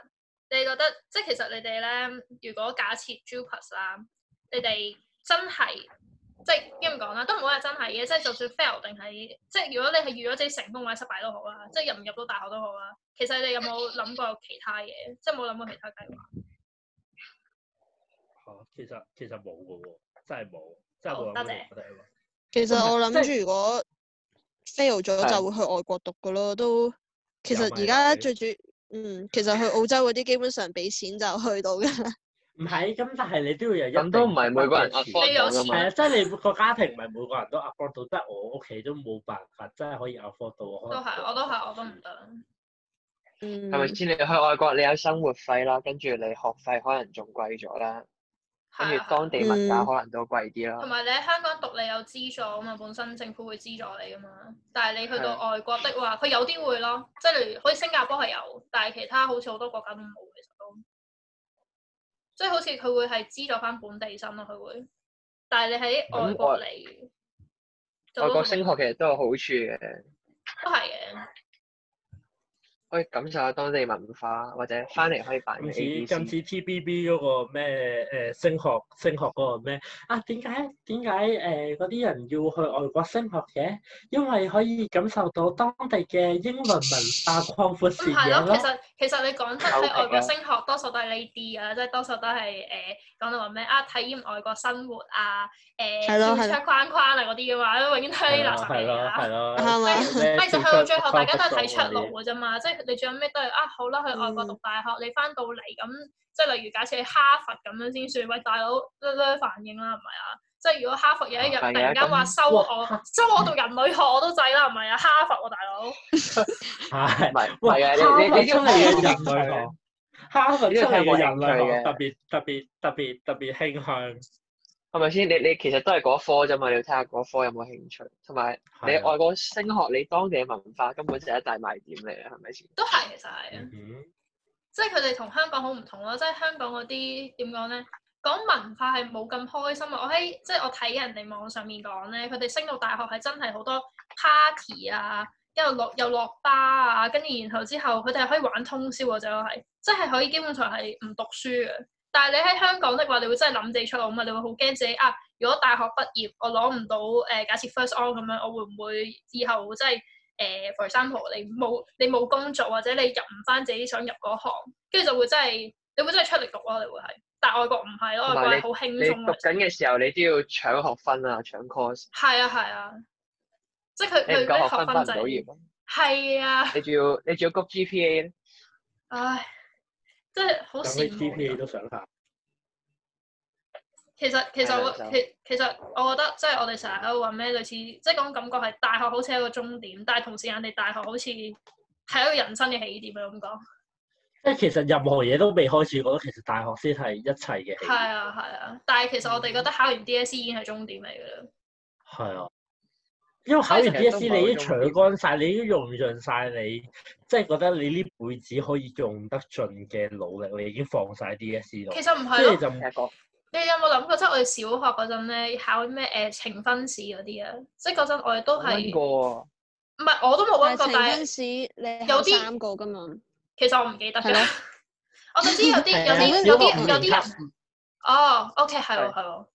B: 你覺得即係其實你哋咧，如果假設 Jupas 啦，你哋真係即係點講啦，都唔好話真係嘅，即係就算 fail 定係即係如果你係預咗自己成功或者失敗都好啦，即係入唔入到大學都好啦，其實你哋有冇諗過其他嘢？即係冇諗過其他計劃？
D: 嚇，其實其實冇嘅喎，真係冇，真係冇諗
B: 好
D: 過
B: 哦多謝
D: 其他嘢喎
E: 其實我諗住如果 fail 咗
C: 係
E: 就會去外國讀噶咯，都其實
D: 又咪
E: 而家
D: 係
E: 最主嗯，其實去澳洲嗰啲基本上俾錢就去到㗎啦。
D: 唔係，咁但係你都要有一
C: 咁都唔係每個人
D: 定嘅錢
C: afford 到㗎
D: 係
C: 嘛
D: 啊，。即係你個家庭唔係每個人都 afford 到，即係我屋企都冇辦法，真係可以 afford 到。
B: 都
D: 都
B: 係，我都係，我都唔得。
E: 嗯，
C: 係咪先？你去外國，你有生活費啦，跟住你學費可能仲貴咗啦，跟
B: 係啊係
C: 住
B: 啊
C: 當地物價
E: 嗯
C: 可能都貴啲
B: 同
C: 啦。
B: 埋你喺香港讀，你有資助啊嘛，本身政府會資助你噶嘛。但係你去到
C: 係
B: 外國的話，佢有啲會咯，即係例如好似新加坡係有，但係其他好似好多國家都冇，其實都。即係好似佢會係資助翻本地生咯，佢會。但係你喺外國
C: 咁
B: 嚟，就
C: 外
B: 都
C: 國升學其實都有好處嘅，
B: 都係嘅。
C: 可以感受下當地文化，或者翻嚟可以辦
D: 今
C: 嘅
D: 次
C: A B
D: 今
C: C。
D: 次 TBB 嗰個咩誒升學升學嗰個咩啊？點解點解誒嗰啲人要去外國升學嘅？因為可以感受到當地嘅英文文化，擴闊視
B: 咁
D: 野
B: 嗯係咯，其
D: 咯。
B: 實其實你講真
C: 收
B: 喺
C: 皮
B: 外國
C: 啊
B: 升學，多數都係呢啲啊，即係多數都係誒講到話咩啊，體驗外國生活啊，誒
E: 係咯係
B: 跳出框框啊嗰啲嘅話，永遠都係
D: 係
B: 啲垃
D: 咯
B: 圾
D: 係
B: 嘢嚟㗎
D: 咯
B: 啦
D: 係咯
E: 啱啊
D: 咩
B: 即係去到最後，大家都係睇出路嘅啫嘛，即係咧，你最後尾都係啊好啦，去外國讀大學，你翻到嚟咁，即係例如假設你哈佛咁樣先算，喂大佬咧咧反應啦，唔係啊？即係如果哈佛
D: 哦
B: 有一日
C: 啊係嘅
B: 突然間話收我，收我讀人類學我都制啦，唔係啊？哈佛喎、大佬，
C: 唔係唔
D: 喂
C: 係啊！
D: 哈
C: 你你
D: 佛
C: 你
D: 出嚟嘅人
C: 呢
D: 類
C: 個
D: 學，哈佛出嚟嘅人類
C: 呢
D: 學
C: 個
D: 特別特別特別特別傾向。
C: 係咪先？你你其實都係嗰一科啫嘛，你要睇下嗰一科有冇興趣，同埋你
D: 係啊
C: 外國升學，你當地嘅文化根本就係一大賣點嚟啊，係咪先？
B: 都係其實係。啊
D: 嗯哼
B: 即係佢哋同香港好唔同咯，即係香港嗰啲點講咧，講文化係冇咁開心啊！我喺即係我睇人哋網上面講咧，佢哋升到大學係真係好多 party 啊，跟住落又落巴啊，跟住然後之後佢哋係可以玩通宵嘅啫，係即係可以基本上係唔讀書嘅。但係你喺香港的話，你會真係諗自己出路啊嘛，你會好驚自己啊！如果大學畢業我攞唔到誒、呃假設 first on 咁樣，我會唔會以後即係誒，for example，你冇你冇工作或者你入唔翻自己想入嗰行，跟住就會真係你會真係出力讀咯，你會係。但外國唔係咯，
C: 同埋
B: 外國係好輕
C: 你
B: 鬆啊
C: 讀
B: 咯。
C: 緊嘅時候，你都要搶學分啊，搶 course，
B: 係啊係啊，即係佢
C: 你唔
B: 佢
C: 夠
B: 嗰
C: 學
B: 啲學
C: 分畢
B: 分
C: 唔到
B: 制。
C: 業啊，
B: 係啊，
C: 你仲要你仲要谷 GPA 咧，
B: 唉，真係好
D: 咁
B: 羨
D: 啲
B: 慕啊
D: GPA 都想下。
B: 其實其
D: 啊
B: 實我
C: 係兩週
B: 其其實我覺得即係我哋成日喺度話咩類似，即係嗰種感覺係大學好似係一個終點，但係同時間你大學好似係一個人生嘅起點啊咁講。
D: 即係其實任何嘢都未開始，我覺得其實大學先係一切嘅起
B: 係
D: 源。
B: 啊係啊，但係其實我哋覺得考完 DSE 已經係終點嚟㗎啦。
D: 係啊，因為考完
C: 其實都唔係
D: DSE 你已經
C: 好重要
D: 搶乾晒，你已經用盡晒你，即係覺得你呢輩子可以用得盡嘅努力，你已經放晒 DSE 度，
B: 其實唔係
D: 哦即
B: 咯
D: 係。就
C: 踢個
B: 你有冇諗過，即係我哋小學嗰陣咧考咩誒呈分試嗰啲啊？即係嗰陣我哋都係
C: 温過啊
B: 唔係我都冇温過，
E: 但
B: 但
E: 係成
B: 係
E: 婚試你
B: 有
E: 有
B: 啲
E: 三個噶嘛？
B: 其實我唔記得
E: 係
B: 嘅
E: 咯。
B: 我就知有啲有
E: 係啊
B: 啲有
D: 小學
B: 啲
D: 五
B: 有
D: 年
B: 啲
D: 級
B: 人哦，OK 係喎
C: 係
B: 係喎，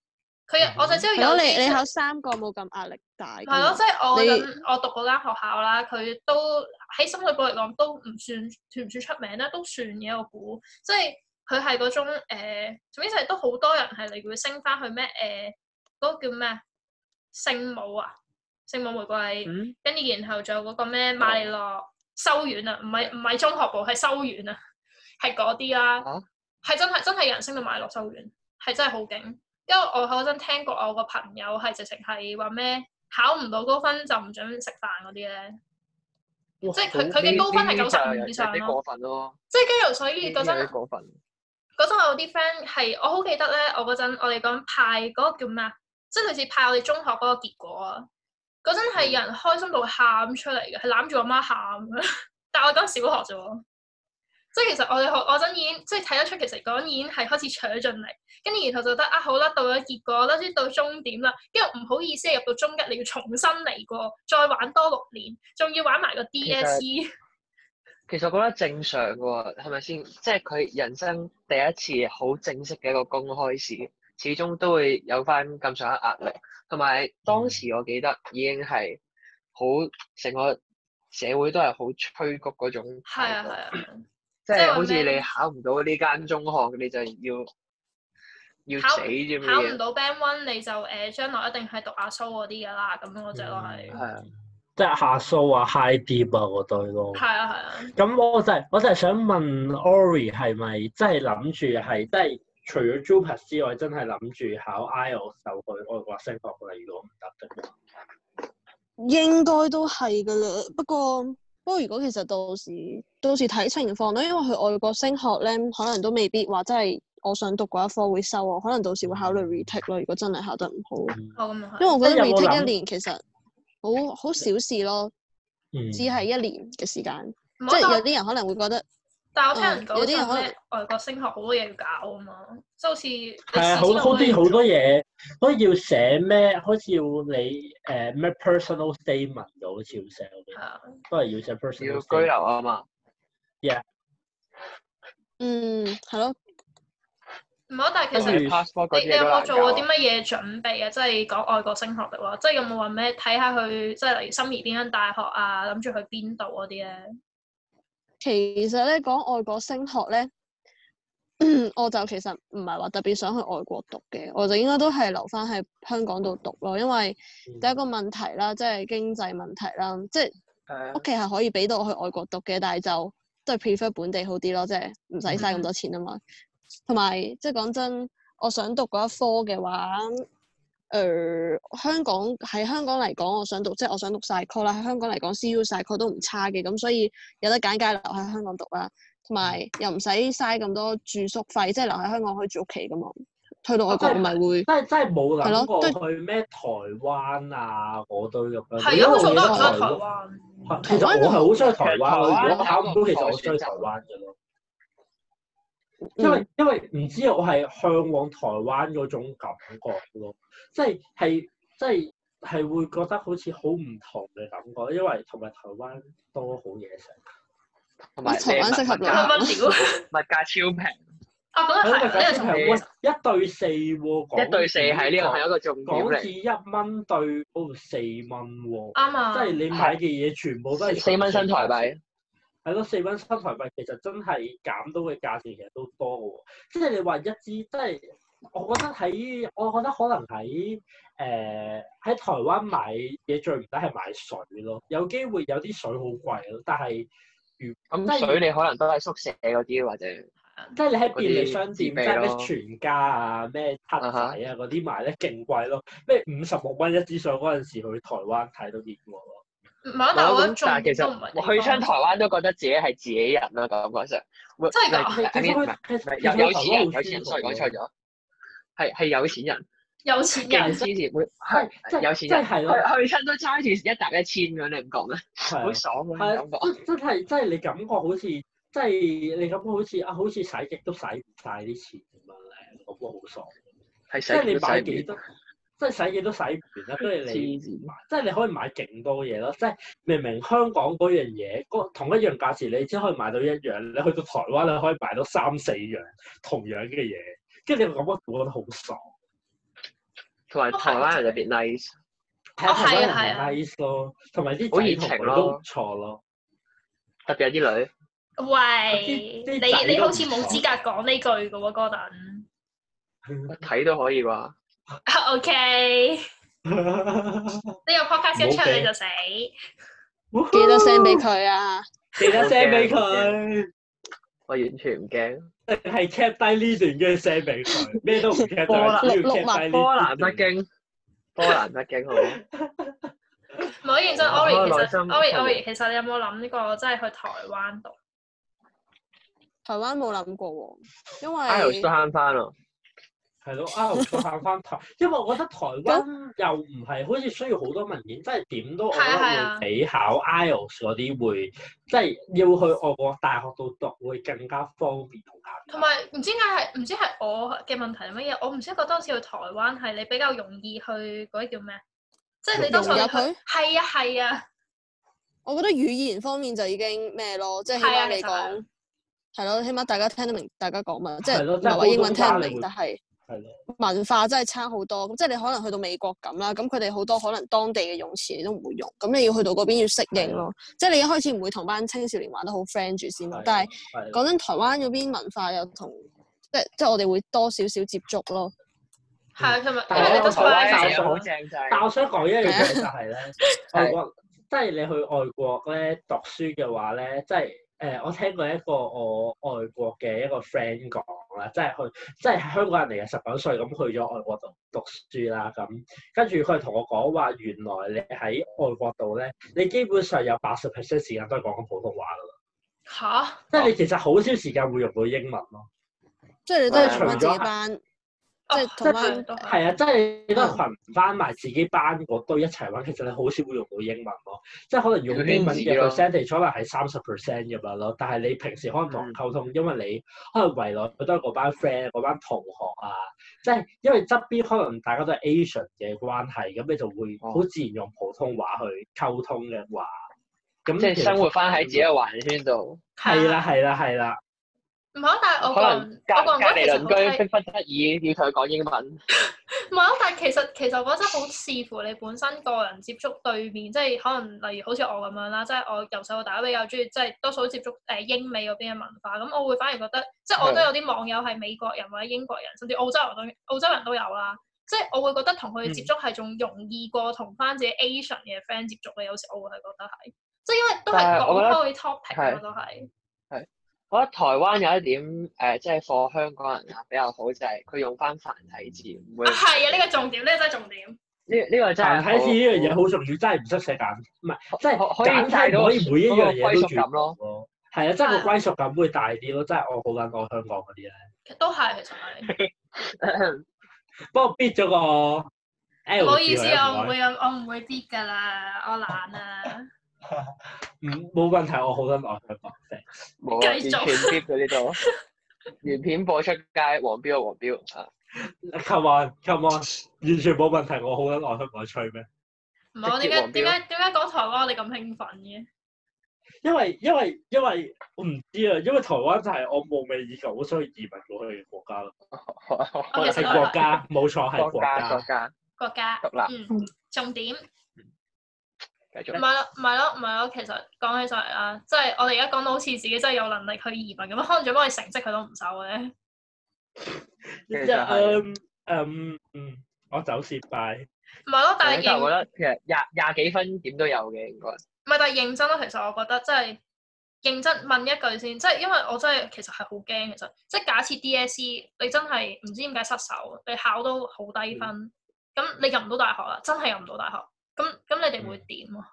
B: 佢我就知道
E: 係咯，
B: 有
E: 你你
B: 啲
E: 考三個冇咁壓力大㗎
B: 係咯，
E: 嘛。
B: 即係我嗰
E: 你
B: 陣我讀嗰間學校啦，佢都喺深水埗嚟講都唔算算唔算出名咧，都算嘅我估，即係佢係嗰種誒，呃總之就係都好多人係例如會升翻去咩誒嗰個叫咩啊聖母啊，聖母玫瑰。
C: 嗯，
B: 跟住然後仲有嗰個咩馬利諾修院啊，唔係唔係中學部，係修院啊，係嗰啲啦
C: 啊，
B: 係真係真係人升到馬利諾修院，係真係好勁。因為我嗰陣聽過我個朋友係直情係話咩考唔到高分就唔準食飯嗰啲咧，
C: 即
B: 即係佢佢嘅高分係95以上
C: 啲
B: 咯
C: 過分咯，
B: 即係跟住所
C: 呢
B: 以
C: 啲
B: 嗰
C: 有啲
B: 陣
C: 過分，
B: 嗰陣我有啲 friend 係我好記得咧，我嗰陣我哋講派嗰個叫咩啊，即係類似派我哋中學嗰個結果啊，嗰陣係有人開心到喊出嚟嘅，係攬住我媽喊嘅， 但係我講小學啫喎。即係其實我哋學嗰陣已經即係睇得出，其實嗰陣已經係開始扯進嚟，跟住然後就覺得啊好啦，到咗結果啦，即係到終點啦，跟住唔好意思入到中一，你要重新嚟過，再玩多六年，仲要玩埋個 E DSE，
C: 其實我覺得正常嘅喎，係咪先？即係佢人生第一次好正式嘅一個公開試，始終都會有翻咁上下壓力。同埋當時我記得已經係好成個社會都係好催谷嗰種
B: 係啊係
C: 態度，
B: 啊，
C: 即
B: 即係
C: 係
B: 話
C: 好似
B: 咩
C: 你考唔到呢間中學，你就要要
B: 考
C: 死啫
B: 考唔
C: 咩？
B: 到 Band One 你就誒將來一定係讀阿蘇嗰啲噶啦，咁嗰只咯係，
C: 係啊，
D: 即係下數啊、high deep 啊嗰堆咯。
B: 係啊係啊。
D: 咁我就係、我就係想問 Ori 係咪真係諗住係即係除咗 JUPAS 之外，真係諗住考 IELTS 就去外國升學嚟如果唔得嘅。
E: 應該都係噶啦，不過不過如果其實到時到時睇情況啦，因為去外國升學咧，可能都未必話真係我想讀嗰一科會收我，可能到時會
C: 嗯
E: 考慮 retake 咯。如果真係考得唔好，
B: 哦咁啊
E: 因
B: 係，
E: 為我覺得
D: 即係有冇
E: retake
D: 諗
E: 一年其實好好小事咯，
D: 嗯
E: 只係一年嘅時間。
B: 唔好
E: 即係有
B: 當
E: 啲人可能會覺得
B: 但我聽人講
E: 有啲人
B: 就
E: 可能
B: 咩外國升學好多嘢要搞啊嘛，即係好似
D: 係
B: 係
D: 啊，好好啲好多嘢，好似要寫咩，好似要你誒咩 personal statement 嘅，好似要寫嗰
B: 係
D: 啲，
B: 啊，
D: 都係要寫 personal
C: 要居
D: statement。
C: 留啊嘛。
E: 嗯係咯，
B: 唔好但係
C: 跟
B: 其
C: 住
B: 實。
D: 實
C: passport 嗰
B: 你
C: 啲
B: 你
C: 嘢
B: 有
C: 都
B: 冇
C: 難
B: 做過啲
C: 搞。啊
B: 乜嘢準備啊？即係講外國升學嘅話，即係有冇話咩睇下佢，即係例如心儀邊間大學啊，諗住去邊度嗰啲咧？
E: 其實咧講外國升學咧， 我就其實唔係話特別想去外國讀嘅，我就應該都係留翻喺香港度讀咯，因為第一個問題啦，即係經濟問題啦，即係
C: 係
E: 屋
C: 啊，
E: 企係可以俾到我去外國讀嘅，但係就都係 prefer 本地好啲咯，即係唔使嘥咁多錢啊嘛。同埋即係講真，我想讀嗰一科嘅話，誒、香港喺香港嚟講，我想讀即係我想讀晒科啦。喺香港嚟講，CU 晒科都唔差嘅，咁所以有得揀梗係留喺香港讀啦。同埋
D: 嗯
E: 又唔使嘥咁多住宿費，即係留喺香港可以住屋企
D: 哦
E: 咁嘛。去到外國我咪會
D: 真係真係冇
E: 係
D: 諗
E: 咯都
D: 過去咩台灣啊嗰堆咁樣。
B: 係啊，好似好多人想去台
D: 灣。
B: 灣。
D: 其實我係好想去台灣
C: 其實台灣
D: 咯，如果考唔到，其實我想去台灣嘅咯。因
E: 嗯
D: 為因為唔知我係向往台灣嗰種感覺咯，即係係即係係會覺得好似好唔同嘅感覺，因為同埋台灣多好嘢食。
C: 同埋
E: 台灣
C: 你
E: 適合
C: 物
E: 你
B: 乜
C: 價
B: 乜料
C: 物價超平，
B: 啊？咁啊
D: 係
B: 係，呢個
D: 因
B: 同
D: 為喂一對四喎，港
C: 一對四係呢個係一個重點
D: 港
C: 嚟
D: 紙。一蚊對嗰度四蚊喎，
B: 啱啊
D: 即。係你買嘅嘢全部都係
C: 四四蚊新台幣，
D: 係咯，四蚊新台幣其實真係減到嘅價錢其實都多嘅喎。即係你話一支，即係我覺得喺，我覺得可能喺誒喺台灣買嘢最唔抵係買水咯。有機會有啲水好貴咯，但係
C: 咁水你可能都係宿舍嗰啲或者
D: 即係你喺便利商店，
C: 嗰
D: 即
C: 啲自
D: 係
C: 備咯
D: 咩全家啊、咩七仔啊嗰啲賣咧勁貴咯，咩五十六蚊一支水嗰陣時去台灣睇都見過咯。
B: 唔係啊，但係我覺得
C: 咁
B: 重
C: 但係其
B: 點
C: 實
B: 都唔係地
C: 我
B: 方
C: 去親台灣都覺得自己係自己人啦，感覺上。會
B: 真係㗎
C: 啊唔係
D: 其
C: I
D: 實
C: mean，唔
D: 佢
C: 係
D: 其實
C: 有有
D: 其實
C: 錢人，
D: 台灣好
C: 有錢人
D: 舒服
C: ，sorry 講
D: 咯
C: 錯咗，係係有錢人，
B: 有錢
C: 勁
B: 人
C: 黐線，會
D: 係
C: 去
D: 即係
C: 有錢
D: 即係
C: 人，
D: 係
C: 去
D: 咯，
C: 去親都揸住一沓一千咁，你唔覺咩？
D: 係啊
C: 好爽啊！
D: 係
C: 感覺。
D: 真真係真係你感覺好似，即係你感覺好似啊，好似使極都使唔晒啲錢咁樣咧，感覺好爽。
C: 係
D: 即
C: 使
D: 係你
C: 都使
D: 買
C: 唔
D: 幾
C: 完
D: 多，即係使幾多使唔完啦。跟住你，
C: 黐線，
D: 即係你可以買勁多嘢咯。即係明明香港嗰樣嘢，嗰同一樣價錢，你只可以買到一樣，你去到台灣你可以買到三四樣同樣嘅嘢，跟住你會感覺覺得好爽。
C: 同埋台灣人特別 nice，
D: 係台灣人
B: 係啊
D: 係 nice 咯，同埋
C: 好
D: 啲
C: 熱
D: 仔
C: 情
D: 同
C: 咯
D: 女都唔錯咯。
C: 特別有啲女。
B: 喂，
D: 啲啲仔
B: 你你
D: 都
B: 好
D: 唔
B: 似冇
D: 錯
B: 資格講呢句嘅喎，哥頓。
C: 睇都可以啩，
B: O K，呢個 podcast 一出
D: 冇計
B: 你就死。
E: 記得 send 俾佢啊！
D: 記得 send 俾
C: 好嘅好
D: 佢。
C: 我完全唔驚。
D: 定係 cap 低呢段跟住 send 俾佢，咩都唔 cap 低，只要 cap 低呢
C: 波蘭北京，波蘭北京好唔好。
B: 唔好認真
C: 我
B: ，Ori 其
C: 內
B: 實
C: 心
B: Ori Ori 其實你有冇諗過真係去台灣讀？
E: 台灣冇諗過喎，因
C: Iris
E: 為
C: 都慳翻咯，
D: 係咯，啊，我行翻台，因為我覺得台灣又唔係好似需要好多文件，即係點都我覺
B: 係啊係啊
D: 得會比考 IELTS 嗰啲會，即係要去外國大學度讀會更加方便同簡
B: 同
D: 單。
B: 埋唔知點解係唔知係我嘅問題係乜嘢？我唔知覺得好似去台灣係你比較容易去嗰啲叫咩？即係你多數
E: 融入
B: 去
E: 去
B: 係啊係
C: 嗯
B: 啊，
E: 我覺得語言方面就已經咩咯，即係起
B: 係啊
E: 碼你
B: 其實係
E: 講係咯，起碼大家聽得明大家講乜，即
D: 係
E: 係
D: 咯
E: 唔
D: 即係
E: 係話英文
D: 普
E: 聽
D: 通
E: 唔
D: 話你
E: 明
D: 會，
E: 但係
D: 係咯，
E: 文化真係差好多。咁即係你可能去到美國咁啦，咁佢哋好多可能當地嘅用詞你都唔會用，咁你要去到嗰邊要適應咯。即係你一開始唔會同班青少年玩得好 friend 住先
D: 係
E: 咯
D: 啊，
E: 但係
D: 係咯
E: 講真，台灣嗰邊文化又同即係即係我哋會多少少接觸咯。
B: 係啊同埋
D: 但
B: 因為
D: 係
B: 你都啊
D: 我
B: 係啦
D: 台灣
C: 嘅
D: 人
C: 嘢好正就
D: 但
C: 係
D: 我想講一樣嘢就係咧，
C: 係
D: 外國即係你去外國咧讀書嘅話咧，即係誒，我聽過一個我外國嘅一個 friend 講啦，即係去即係香港人嚟嘅，十九歲咁去咗外國讀讀書啦，咁跟住佢同我講話，原來你喺外國度咧，你基本上有八十 percent 時間都係講緊普通話噶
B: 吓？
D: 啦，即係你其實好少時間會用到英文咯。
E: 即係你都係
C: 即係
D: 除
E: 同翻自
D: 咗
E: 己班，
B: 哦
E: 即係同班
B: 都係
D: 係啊，即係你都係群翻埋自己班嗰堆一齊玩，其實你好少會用到英文咯。即係可能用英文嘅
C: 要圈子
D: percentage 可能係三十 percent 咁樣咯，但係你平時可能同
C: 嗯
D: 人溝通，因為你可能圍內都係嗰班 friend、嗰班同學啊，即係因為側邊可能大家都係 Asian 嘅關係，咁你就會
C: 哦
D: 好自然用普通話去溝通嘅話，咁
C: 即係生活翻喺自己嘅環圈度，
D: 係啦，係啦，係啦。
B: 啊唔好，但係我
C: 可
B: 個
C: 能
B: 人
C: 隔
B: 我個
C: 隔離
B: 人覺得其實好睇
C: 鄰居逼不得已要同佢講英文，
B: 唔係啊咯，但係其實其實我覺得好視乎你本身個人接觸對面，即係可能例如好似我咁樣啦，即係我由細到大都比較中意，即係多數接觸誒、呃英美嗰邊嘅文化，咁我會反而覺得，即係我都有啲網友係美國人或者英國人，甚至澳洲人都澳洲人都有啦，即係我會覺
C: 嗯
B: 得同佢哋接觸係仲容易過同翻自己 Asian 嘅 friend 接觸嘅，有時我會係覺得係，即係因為都係
C: 但係我覺
B: 講
C: 得
B: 開 topic 咯，都
C: 係
B: 係
C: 我覺得台灣有一點誒、即係 for 香港人啊比較好，就係、佢用翻繁體字，唔會
B: 啊係啊，呢個重點，呢個真係重點。
C: 呢呢個真係
D: 但
C: 好
D: 睇字呢樣嘢好重要，真係唔識寫簡，唔係即係
C: 可可以
D: 簡
C: 帶
D: 體
C: 到
D: 唔可以每一樣
C: 嗰個歸
D: 嘢都
C: 屬感咯
D: 住咯。係啊，即係個歸屬感會大啲咯，即係我好撚愛香港嗰啲啊咧。
B: 其實都係，其實係。
D: 不過 bit 咗個 L
B: 唔好意思，
D: 字啊
B: 我唔
D: 唔該
B: 會咁，我唔會 bid 㗎啦，我懶啊。
D: 唔嗯冇問題，我好撚愛香港。
C: 冇 啊，完
B: 繼
C: 全
B: 續
C: keep 咗呢 度，原片播出街，黃標啊黃標啊，
D: Come on，come on，完全冇問題，我好撚愛香港吹咩？
B: 唔係我
C: 直
B: 點解
C: 接黃標
B: 點解點解講台灣我哋咁興奮嘅？
D: 因為因為因為我唔知啊，因為台灣就係我夢寐以求好想去移民過去嘅國家咯，
C: 哦
B: 我其實
D: 係國家，冇錯係國
C: 國家國
D: 家。
C: 家
B: 國家
C: 獨立，
B: 嗯重點。
C: 繼
B: 唔係
D: 啊
C: 續
B: 咯，唔係咯，唔係咯。其實講起上嚟啦，即係我哋而家講到好似自己真係有能力去移民咁，可能最幫你成績佢都唔收咧。
D: 即係嗯嗯嗯，我走蝕拜。
B: 唔係咯，但係
C: 但係
B: 認
C: 我覺得其實廿廿幾分點都有嘅應該。
B: 唔係，但係認真啊咯。其實我覺得真係認真問一句先，即係因為我真係其實係好驚。其實即係假設 DSE 你真係唔知點解失手，你考到好低
D: 嗯
B: 分，咁你入唔到大學啦，真係入唔到大學。咁咁你哋
D: 嗯
B: 會點啊？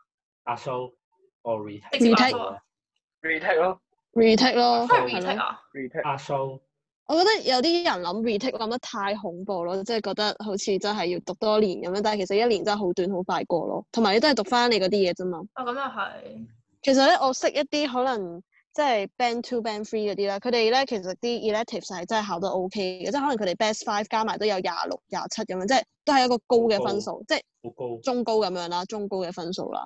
D: 阿蘇，我
B: 直
D: retake
E: 接
D: 咗
E: retake
D: 啦
C: retake 咯
E: retake 咯，
B: 真係
E: 係
B: retake
E: 咯。
B: 啊！
C: ，retake
D: 阿蘇，
E: 我覺得有啲人諗 retake 諗得太恐怖咯，即係覺得好似真係要讀多年咁樣，但係其實一年真係好短，好快過咯。同埋你都係讀翻你嗰啲嘢啫嘛。
B: 哦，咁又係，
E: 其實咧，我識一啲可能即係 band two、band three 嗰啲啦，佢哋咧其實啲 electives 係真係考得 OK 嘅，即係可能佢哋 best five 加埋都有廿六、廿七咁樣，即係都係一個高嘅分數，即係
D: 好高。
E: 中高咁樣啦，中高嘅分數啦。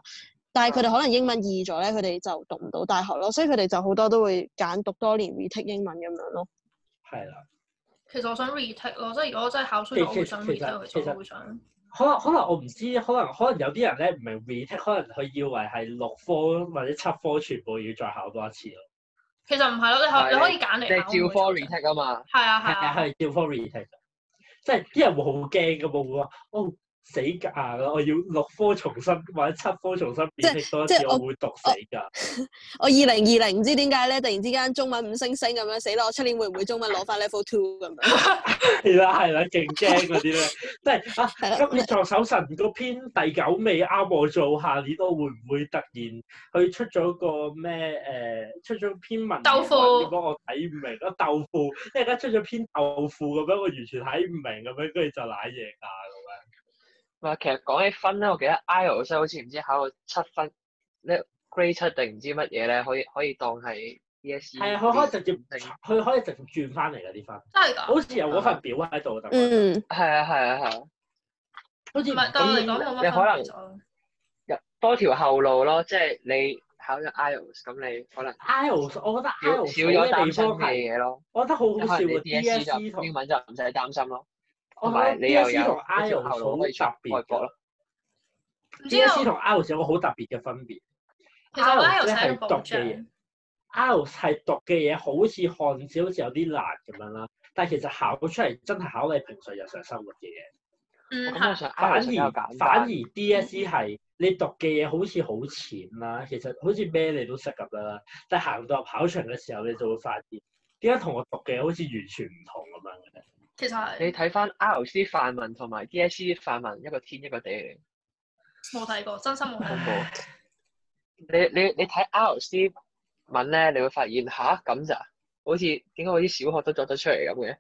E: 但係佢哋可能英文易咗咧，佢哋就讀唔到大學咯，所以佢哋就好多都會揀讀多年 retake 英文咁樣咯。
D: 係啦，
B: 其實我想 retake 咯，即係如果我真係考衰咗，我會想
D: 其實
B: retake，其
D: 其
B: 實
D: 實
B: 我會想。
D: 可能可能我唔知，可能可能有啲人咧唔明 retake，可能佢以為係六科或者七科全部要再考多一次咯。
B: 其實唔係咯，你
C: 係
B: 可你可以揀
C: 即
B: 嚟
C: 係
B: 考。
C: 照
B: 我會
C: 科
B: 做
C: retake 啊嘛，
B: 係啊係
D: 係啊
B: 啊，
D: 係要科 retake 㗎即係啲人會好驚噶嘛，會話哦死㗎啦，我要六科重新或者七科重新 retake 多一
E: 即
D: 次，
E: 係
D: 我
E: 我
D: 會讀死㗎。
E: 我二零二零唔知點解咧，突然之間中文五星星咁樣，死啦！我出年會唔會中文攞翻 level two 咁樣？
D: 係啦係啦，勁驚嗰啲 咧，即係啊
E: 係啦
D: 今年撞手神個篇第九味啱我做，下年我會唔會突然佢出咗個咩誒、出咗篇文
B: 豆腐
D: 咁樣我睇唔明啊豆腐，即係而家出咗篇豆腐咁樣，我完全睇唔明咁樣，跟住就賴嘢㗎咁
C: 唔係其實講起分咧，我記得 IELTS 好似唔知考到七分咧 grade 七定唔知乜嘢咧，可以可以當係 E DSE
D: 樣。係啊，佢可以直接
C: 定
D: 佢可以直接轉翻嚟㗎呢份，
C: 嗯
B: 真係㗎。
D: 好似有嗰份表喺度㗎。
E: 嗯。
C: 係啊係啊係啊，
D: 好似
B: 唔係對我嚟講冇乜分
C: 你可能
B: 別咗。
C: 多條後路咯，即係你考咗 IELTS 咁你可能
D: IELTS，我覺得
C: 少
D: IELTS
C: 少咗
D: 好嘅
C: 擔
D: 地
C: 心
D: 方
C: 嘅
D: 係，
C: 嘢咯，
D: 我覺得好
C: 因
D: 好笑
C: 為你
D: 喎
C: DSE
D: DSE
C: E 就
D: 同
C: 英文就唔使擔心咯，
D: 我
C: 同
D: 覺
C: 埋
D: 得
C: 你又
D: DSE
C: 有
D: E 同
C: 一條
D: IELTS
C: 後路可以出
D: 好特別
C: 外國咯。
B: 唔知我
D: DSE 同 IELTS 有個好特別嘅分別。
B: 其實我
D: IELTS
B: 覺得 IELTS 係一
D: E 係
B: 個
D: 讀
B: 保障
D: 嘅。嘢，IELTS 係讀嘅嘢好似看似好似有啲難咁樣啦，但係其實考出嚟真係考你平常日常生活嘅嘢。
B: 嗯
C: 咁我
B: 係。
C: 想
D: 反
C: IELTS 比較
D: 而
C: 簡
D: 反而
C: 單，
D: DSE 係你讀嘅嘢好似好淺啦，其實好似咩你都識咁樣啦，但係行到入考場嘅時候，你就會發現點解同我讀嘅嘢好似完全唔同咁樣嘅。
B: 其實係
C: 你睇翻 IELTS 啲範文同埋 DSE 啲範文一個天一個地嚟。
B: 冇睇過，真心冇睇 過。
C: 冇。 你你你睇 IELTS 啲文咧，你會發現吓咁咋？好似點解我啲小學都作得出嚟咁嘅？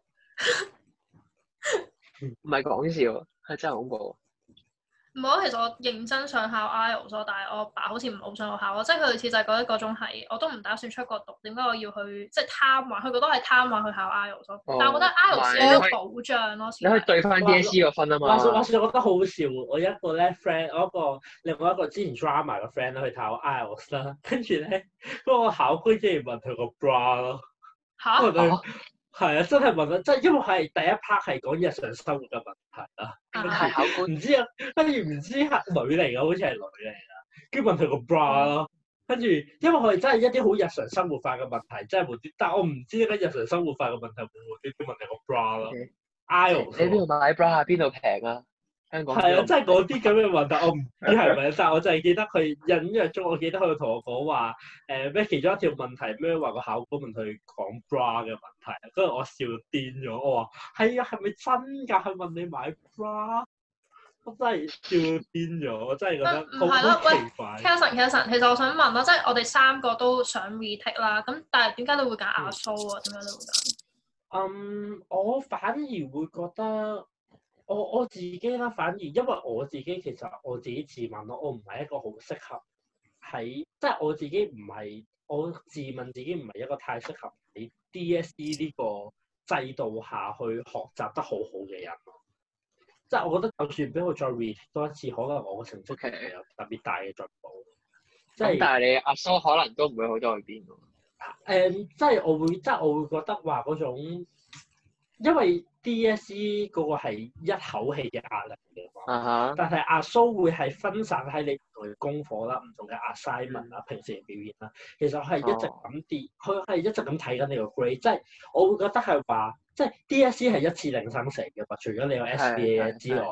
C: 唔係講笑，係真係恐怖。
B: 唔係，其實我認真想考 IELTS 咯，但係我爸好似唔好想我考咯，即係佢類似就係覺得嗰種係我都唔打算出國讀，點解我要去即係貪玩？佢覺得我係貪玩去考 IELTS 咯。
C: 哦
B: 但係我覺得 IELTS
C: 唔係
B: 係一
C: 你可以
B: 個保障咯，
C: 你可以對翻
D: 哇
C: DSE 個分啊
D: 話說話
C: 嘛。
D: 說，我覺得好好笑喎。我有一個咧 friend，我一個另外一個之前 drama 嘅 friend 咧，去考 IELTS 啦， 跟住咧嗰個考官竟然問佢個 bra 咯，
B: 嚇
D: 問佢
C: 哦
D: 係啊，真係問佢，即係因為係第一 part 係講日常生活嘅問題啦，
C: 係
B: 啊
C: 考官
D: 唔知啊，跟住唔知係女嚟嘅，好似係女嚟啦，跟住問佢個 bra 咯。跟住，因為佢哋真係一啲好日常生活化嘅問題，真係無端，但我唔知點解日常生活化嘅問題會無端端問你個 bra 咯
C: Okay.
D: ，IELTS
C: 你邊度買 bra 邊度平啊？香港
D: 係啊，即係
C: 嗰
D: 嗰啲咁嘅問題，我唔知係咪，但係我就係記得佢隱約中，我記得佢同我講話誒咩其中一條問題咩話個考官問佢講 bra 嘅問題，跟住我笑癲咗，我話係啊，係咪真㗎？佢問你買 bra，我真係笑癲咗，我真係覺得
B: 唔唔係
D: 好
B: 咯
D: 好
B: 喂
D: 奇怪。
B: 啊 Kelson，Kelson，其實我想問啊咯，即係我哋三個都想 retake 啦，咁但係點解你會揀阿蘇啊？點解你會揀？
D: 嗯，我反而會覺得我我自己啦，反而因為我自己其實我自己自問咯，我唔係一個好適合喺，即係我自己唔係我自問自己唔係一個太適合喺 DSE 呢個制度下去學習得好好嘅人咯。即係我覺得就算俾我再 read 多一次，可能我嘅成績
C: OK
D: 唔會有特別大嘅進步。即
C: 咁
D: 係。
C: 但係你阿蘇可能都唔會好多去邊喎。
D: 誒、即係我會，即係我會覺得話嗰種，因為 DSE 嗰個係一口氣嘅壓力嚟嘅嘛，
C: 啊哈，
D: 但係阿蘇會係分散喺你唔同嘅功課啦、唔同嘅 assignment
C: 嗯
D: 啦、平時嘅表現啦，其實係一直
C: 哦
D: 咁跌，佢係一直咁睇緊你個 grade，即係我會覺得係話，即係 DSE 係一次定生死嘅嘛，除咗你有 SBA
C: 係
D: 之外。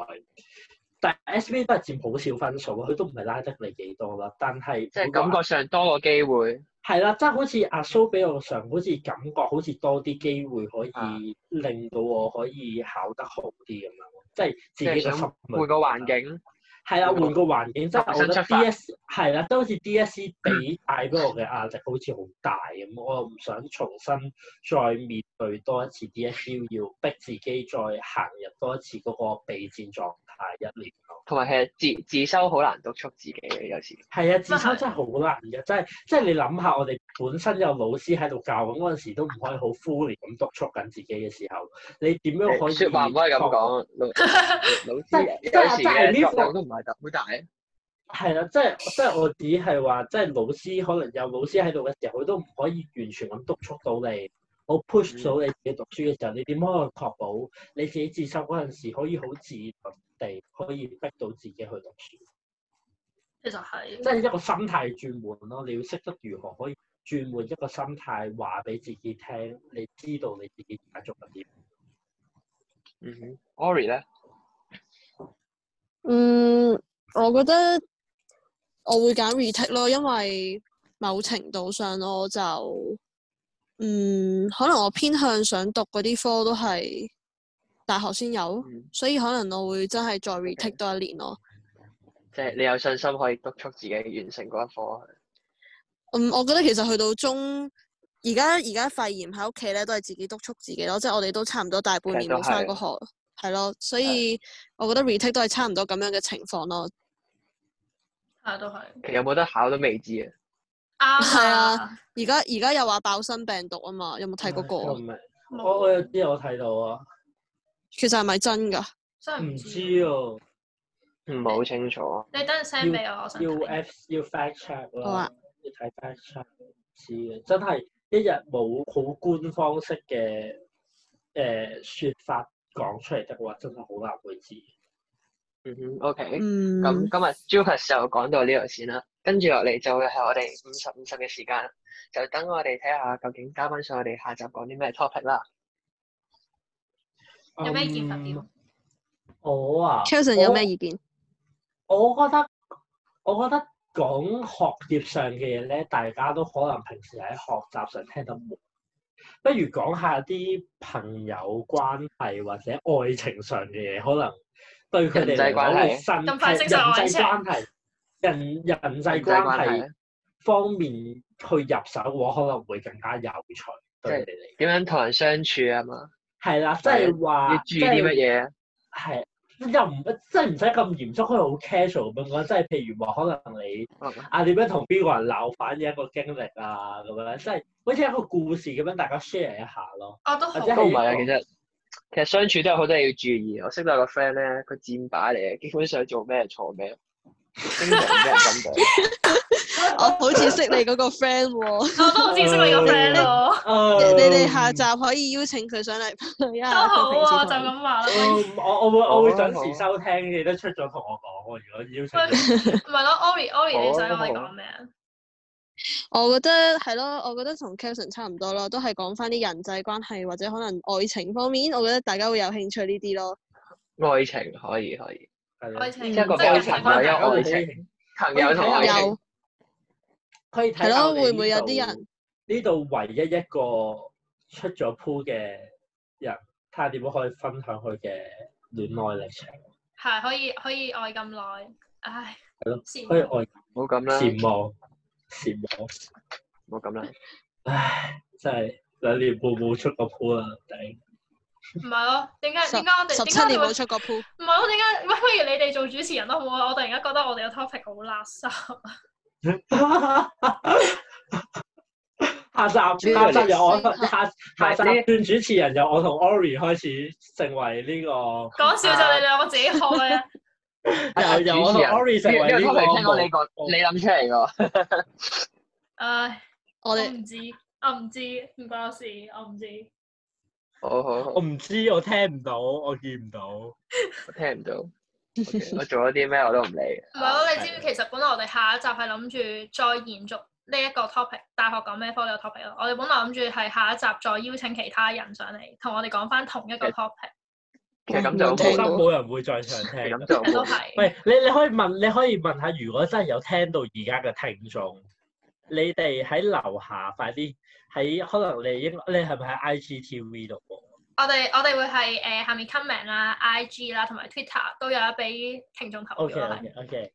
D: 但係 SBA 都係佔好少分數，佢都唔係拉得你幾多啦。但係
C: 即係
D: 每個
C: 感覺上多個機會。
D: 係啦，即係好似阿
C: 嗯
D: 蘇俾我上，好似感覺好似多啲機會可
C: 啊
D: 以令到我可以考得好啲咁樣咯，即係自
C: 即係
D: 己個
C: 想
D: 心
C: 換
D: 咪
C: 個環境，
D: 係啊啦，換個環境，即係我
C: 重
D: 覺
C: 新
D: 得
C: 出發
D: D.S. 係啦，都好似 E D.S.C. 俾帶俾我嘅壓力好似好大咁，我又唔想重新再面對多一次 D.S.C. 要逼自己再行入多一次嗰個備戰狀態一年咯。
C: 同埋係自自修好難督促自己嘅有時。
D: 係啊，自
B: 乜
D: 修
B: 係
D: 真係好難嘅，真係即係你諗下，我哋本身有老師喺度教緊嗰陣時，都唔可以好 fully 咁督促緊自己嘅時候，你點樣可以？
C: 説話唔可以咁。講，老老
D: 即
C: 師
D: 係即係
C: 有時
D: 即係呢
C: 嘅
D: 個
C: 作用都唔係特好大。
D: 係啦，即係即係我只係話，即係老師可能有老師喺度嘅時候，佢都唔可以完全咁督促到你。我
C: 嗯
D: push 到你自己讀書嘅時候，你點可以確保你自己自修嗰陣時可以好自律地可以逼到自己去讀書？
B: 其實係
D: 即。係一個心態轉換咯，你要識得如何可以轉換一個心態，話俾自己聽，你知道你自己而家做緊啲。
C: 嗯哼，Ori 咧，
E: 嗯，我覺得我會揀 retake 咯，因為某程度上我就嗯，可能我偏向想讀嗰啲科都係大學先有，
C: 嗯
E: 所以可能我會真係再 retake 多一年咯。
C: 即係你有信心可以督促自己完成嗰一科。
E: 嗯，我覺得其實去到中，而家而家肺炎喺屋企咧，都係自己督促自己咯，即係我哋都差唔多大
C: 其
E: 半
C: 實
E: 年
C: 都
E: 冇翻
C: 係
E: 過學，係咯，所以我覺得 retake 都係差唔多咁樣嘅情況咯。
B: 係都係
C: 其實有冇得考都未知啊。
B: 啱
E: 係
B: 啊
E: 啊！而家而家又話爆新病毒啊嘛，有冇睇嗰個
D: 我
C: 嗯
E: 啊？
D: 唔係，我呃我
B: 冇
D: 有啲我睇到啊，
E: 其實係咪真㗎？
B: 真係
D: 唔
B: 唔知。
D: 知啊，
C: 唔係好清楚。
B: 你等陣 send 俾我，我想
D: 要
B: 睇。
D: F 要 fact check
E: 好
D: 啦
E: 啊，
D: 要睇 fact check 唔知嘅，真係一日冇好官方式嘅誒、呃、説法講出嚟的話，真係好難會知。
C: 嗯哼，OK。
E: 嗯，
C: 咁今日 Jupas 就講到呢度先啦，跟住落嚟就會係我哋五十五十嘅時間，就等我哋睇下究竟嘉賓上我哋下集講啲咩 topic 啦。
B: 有咩見法
D: 嗯
B: 點？啊
D: 我啊
E: c h e l s o n 有
D: 我
E: 咩意見？
D: 我覺得我覺得講學業上嘅嘢咧，大家都可能平時喺學習上聽得悶，不如講下啲朋友關係或者愛情上嘅嘢，可能對佢哋嚟講會新
B: 咁快升上愛
D: 人際
B: 情
D: 關係、人人際關係方面去入手嘅話，可能會更加有趣對佢哋嚟。
C: 點樣同人相處啊嘛，
D: 係啦，即係啊
C: 要
D: 話
C: 注意啲乜嘢？啊
D: 係又唔即係唔使咁嚴肅，可以好 casual 咁樣講，即係譬如話可能你。
B: 嗯
C: 哦
D: 啊點樣同邊個人鬧反嘅一個經歷啊咁樣，即係好似一個故事咁樣，大家 share 一下咯。
B: 我哦都好
D: 或者係
C: 都唔係啊，其實其實相處都有好多嘢要注意。我識到有個 friend 咧，佢箭靶嚟嘅，基本上做咩錯咩，經常俾人針對。
E: 我好似識你嗰個 friend 喎，
B: 我都好似識你
D: 嗯
B: 個 friend 喎，
C: 嗯
D: 誒
E: 你你哋下集可以邀請佢上嚟 一
B: 都
E: 下
B: 好啊！就
E: 佢平時同
B: 咁話啦，喂
D: 嗯我我會
B: 哦
D: 我會
C: 好啊
D: 準時收聽，記得出咗同我講喎。如果邀
B: 喂，
D: 請
B: 唔係咯，Ori，Ori，你
C: 好啊
D: 哦
B: 想我哋
C: 好啊
B: 講咩啊？
E: 我覺得係咯，我覺得同 c h e l s o n 差唔多咯，都係講翻啲人際關係或者可能愛情方面，我覺得大家會有興趣呢啲咯。
C: 愛情可以可以，
D: 係
B: 愛
D: 啊，
B: 情，啊即
E: 嗯
C: 一個
B: 係
C: 友
B: 人
C: 情，
B: 際
C: 另
B: 關
C: 一
B: 係。
C: 個愛情，朋友同愛
B: 啊
C: 情。
E: 有
D: 可以睇下
E: 係咯
D: 我哋
E: 會唔
D: 呢
E: 會有
D: 度
E: 啲人
D: 呢度唯一一個出咗 pool 嘅人，睇下點樣可以分享佢嘅戀愛歷程，
B: 係可以可以愛咁耐，唉，
D: 係咯
B: 羨
D: 可以
B: 慕
D: 愛
C: 冇咁啦，
D: 前望前望，
C: 冇咁啦。
D: 唉，真係兩年半冇出過 pool 啦， 頂！
B: 唔係咯？點解
E: 十
B: 點解我哋
E: 十
B: 點解
E: 七
B: 我
E: 年
B: 哋會
E: 冇出過 pool，
B: 唔係咯？點解喂？不如你哋做主持人都好啊！我突然間覺得我哋個 topic 好垃圾。
D: 下集
C: 呢個
D: 下集由我
E: 歷史
D: 下下集轉主持人由我同 Ori 開始成為呢、個
C: 啊
B: 講笑就你兩個自己開啊！
D: 由啊由
C: 主
D: 我同
C: 持人
D: Ori 成為
C: 呢
D: 呢
C: 個
D: 個
C: topic 聽過你
D: 無
C: 講，你諗出嚟㗎。
B: 唉，
E: 我
B: 我
E: 哋
B: 唔知，我唔知，唔關我事，我唔知。
C: 好好好
D: 我，唔知，我聽唔到，我見唔到。
C: 我聽唔到。OK，我做咗啲咩我都唔理。
B: 唔係咯，你
D: 啊係
B: 知唔知其實本來我哋下一集係諗住再延續呢一個 topic，大學講咩科呢個 topic 咯。我哋本來諗住係下一集再邀請其他人上嚟，同我哋講翻同一個
C: 其
B: topic，
C: 其實咁就
D: 我
E: 冇
C: 好
D: 覺得
E: 聽過
D: 冇人會再想聽
C: 其實
D: 㗎。
C: 咁就
B: 都
C: 好。
B: 係。
D: 喂，你你可以問，你可以問下，如果真係有聽到而家嘅聽眾，你哋喺樓下快啲喺，可能你應你係咪喺 IGTV 度播？
B: 我哋我哋會係誒、呃下面 comment 啦、IG 啦同埋 Twitter 都有得俾聽眾投
D: O
B: 票
D: K
B: 啦。
C: 啊
D: O
B: 係
D: K O K，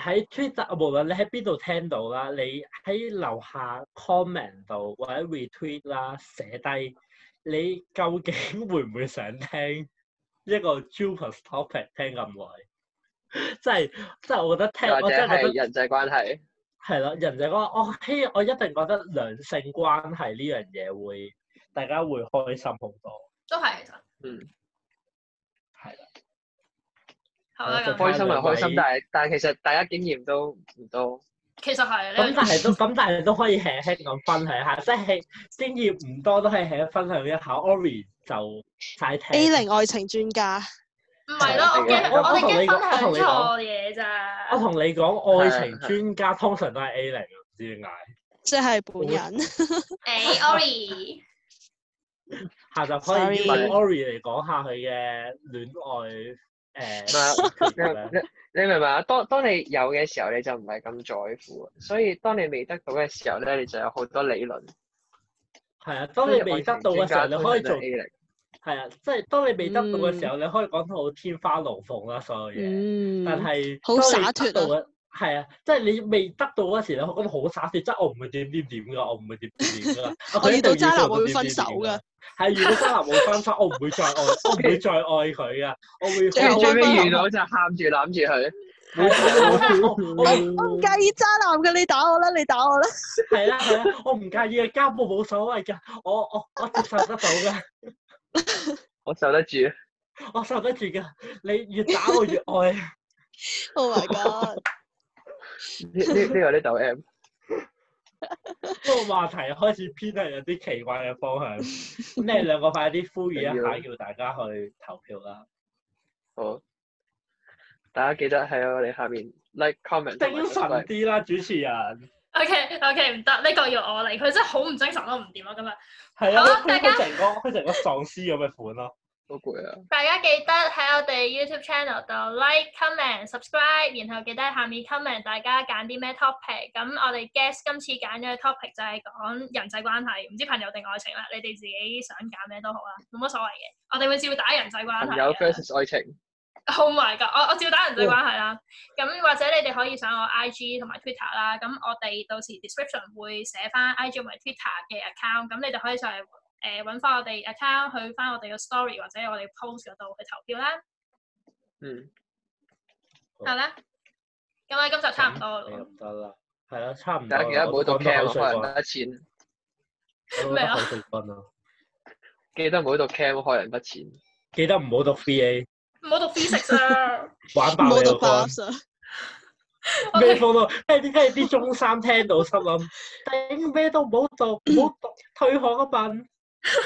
D: 喺 Twitter 無論你喺邊度聽到啦，你喺樓下 comment 度或者 retweet 啦，寫低你究竟 會唔會想聽一個 Jupas topic 聽咁耐？ 即係即係，我覺得聽
C: 又或
D: 我
C: 者
D: 真係覺
C: 係
D: 得
C: 人際關係，
D: 係咯，人就講我希我一定覺得兩性關係呢樣嘢會大家會開心好多，
B: 都係其實
C: 嗯，
D: 係啦。
B: 好啦
D: 係啊
B: 咁
D: 就
C: 開
B: 樣，
C: 心係開心，
D: 兩位
C: 但係但係其實大家經驗都唔多。
B: 其實係
D: 咁
B: 呢
D: 但係都咁，但係都可以輕輕咁分享下，即係經驗唔多都可以輕輕分享一下。Ori 就晒聽
E: A 零愛情專家，
B: 個唔係咯，我
C: 係啊
B: 驚我我哋驚
D: 我同
B: 分
D: 你
B: 享
D: 講
B: 錯嘢咋
D: 我。同你講，愛
C: 係
D: 情
C: 係
D: 專家通常都係 A 零，唔知點解。
E: 即係本人。
B: 誒 Ori，
D: 下集可以
E: Sorry
D: 問 Ori 嚟講下佢嘅戀愛誒
C: 唔
D: 訣
C: 你
D: 咧。
C: 你你明唔明啊？當當你有嘅時候，你就唔係咁在乎，所以當你未得到嘅時候咧，你就有好多理論。
D: 係啊，當你未得到嘅時候，你可以做
C: 所以愛情專家都係 A 零
D: 係啊，即係當你未得到嘅時候，你可以講到天花龍鳳啦，所有嘢。
E: 嗯，
D: 但係
E: 好
D: 當你得
E: 灑脫
D: 到嘅係啊，即係你未得到嗰時，你會覺得好灑脫，即係我唔會點點點㗎，我唔會點點點 㗎。
E: 我遇到
D: 一定要
E: 渣男
D: 做到
E: 我會
D: 點點
E: 分手
D: 點
E: 㗎
D: 㗎。係遇到渣男會分手，我唔會再愛，我唔會再愛佢㗎，我會
E: 最後
C: 跟住最
E: 分手
C: 尾遇到就喊住攬住佢，
D: 會我會
E: 我唔介意渣男嘅，你打我啦，你打我啦。
D: 係啦係啦，我唔介意嘅，家暴冇所謂㗎，我我我接受得到㗎，
C: 我受得住。
D: 我受得住㗎，你越打我越愛。
E: Oh my god！
C: 呢呢呢個呢度 M，
D: 個話題開始偏向有啲奇怪嘅方 向，咁你兩個快啲呼籲一
C: 啊
D: 下，叫大家去投票啦！
C: 好。大家記得喺我哋下面 like comment 同埋
D: 精神
C: subscribe
D: 啲啦，主持人，係
B: OK OK 唔得，呢個要我嚟，佢真係好唔精神都唔掂啊！今日
D: 啊，
B: 好
D: 佢
B: 大家
D: 佢成個佢成個喪屍咁嘅款咯，
C: 好攰啊！
B: 大家記得喺我哋 YouTube channel 度 like、comment、subscribe，然後記得喺下面 comment 大家揀啲咩 topic。咁我哋 guess 今次揀咗嘅 topic 就係講人際關係，唔知朋友定愛情啦，你哋自己想揀咩都好啦，冇乜所謂嘅。我哋會照打人際關
C: 朋
B: 係啊
C: 友
B: 嘅。
C: versus 愛情，
B: Oh my god！我我照打人
D: 哦
B: 際關係啦。咁或者你哋可以上我 IG 同埋 Twitter 啦。咁我哋到時 description 會寫翻 IG 同埋 Twitter 嘅 account。咁你哋可以上嚟誒揾翻我哋 account，去翻我哋嘅 story 或者我哋 post 嗰度去投票啦。
C: 嗯，
B: 係啦。咁啊，今集差唔多
D: 你
B: 咯。
D: 唔得啦，係啦，差唔多
C: 大
D: 啦。
C: 家記得唔好讀
D: 嗯我都
C: cam，
D: 講到口
C: 啊
D: 水
C: 可能
D: 乾，
C: 得錢。
D: 我都
B: 咩
D: 覺
B: 啊
D: 得口水乾啦。
C: 記得唔好讀 cam，可能得錢。
D: 記得唔好讀 VA，
B: 唔好讀 physics 啊！
D: 玩
E: 唔
D: 爆
E: 好
D: 你個
E: 讀
D: 肝
E: buff 啊！
B: 我
D: 咩
B: 哋
D: 放到？聽啲聽啲中三聽到心諗，頂咩都唔好讀，唔好讀，退學嗰笨。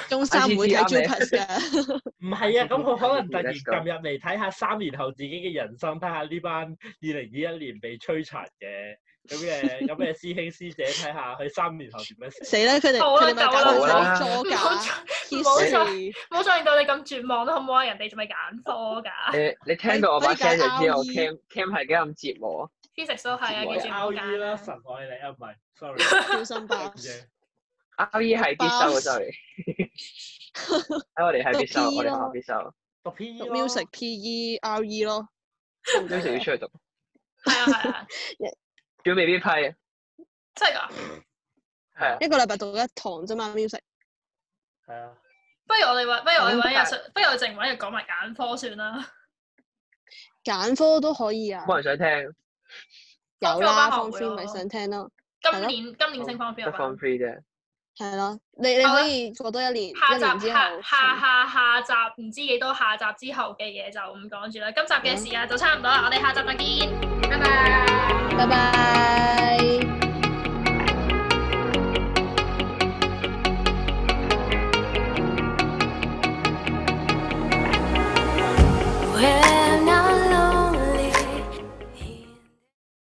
E: 中三會睇 Jupas 嘅，
D: 唔係啊，咁佢可能突然
C: Let's go
D: 撳入嚟睇下三年後自己嘅人生，睇下呢班二零二一年被摧殘嘅咁嘅咁嘅師兄師姐睇下佢三年後點樣 死。
E: 死啦！佢哋
B: 好啦
E: 佢哋咪搞
C: 夠啦
E: 到左
B: 唔好
E: 架
B: 再
E: 黐
B: 唔好再
E: 線。
B: 冇想到你咁絕望啦，好唔好啊？人哋仲未揀科㗎
C: 你你聽到我
B: 哎
C: 把聲就知我
E: 可以解
C: Cam Cam 係幾咁折磨啊。
B: ，physics 都係啊，
C: 我
B: 記住唔好
D: R E
B: 揀
D: 啦，
B: 啦。
D: 神愛你啊，唔係，sorry，
E: 小心吧
D: 唔。知啊
C: R E 係必修啊
E: 包
C: ，sorry。喺我哋係必修，
E: 讀 P
C: 我哋學校
E: 咯
C: 必修，
D: 讀 P E
E: 讀
D: 咯
E: music P.E. R.E. E 咯，
C: 到時要出去讀，
B: 係啊係啊，
C: 仲未必批啊。
B: 真係㗎。
D: 係啊
E: 一個禮拜讀一堂啫嘛，music。
D: 係啊，
B: 不如我哋揾，不如我哋
C: 咁
B: 揾日，不如我哋淨揾日講埋揀科算啦。
E: 揀科都可以啊，
C: 冇人想聽，
E: 有啦
B: Form
E: ，form
B: three 我班學
E: three 咪
B: 會咯
E: 想聽咯，嗯
B: 今年今年升方邊
C: 得 form
B: 個？
C: free 啫。
E: 係咯，你你
B: 好啦
E: 可以過多一年，
B: 下
E: 一年
B: 集
E: 之
B: 下
E: 後
B: 下下下集唔知幾多下集之後嘅嘢就唔講住啦。今集嘅時間就差唔多啦，我哋下集再見，拜拜。
E: 拜拜。
F: Well,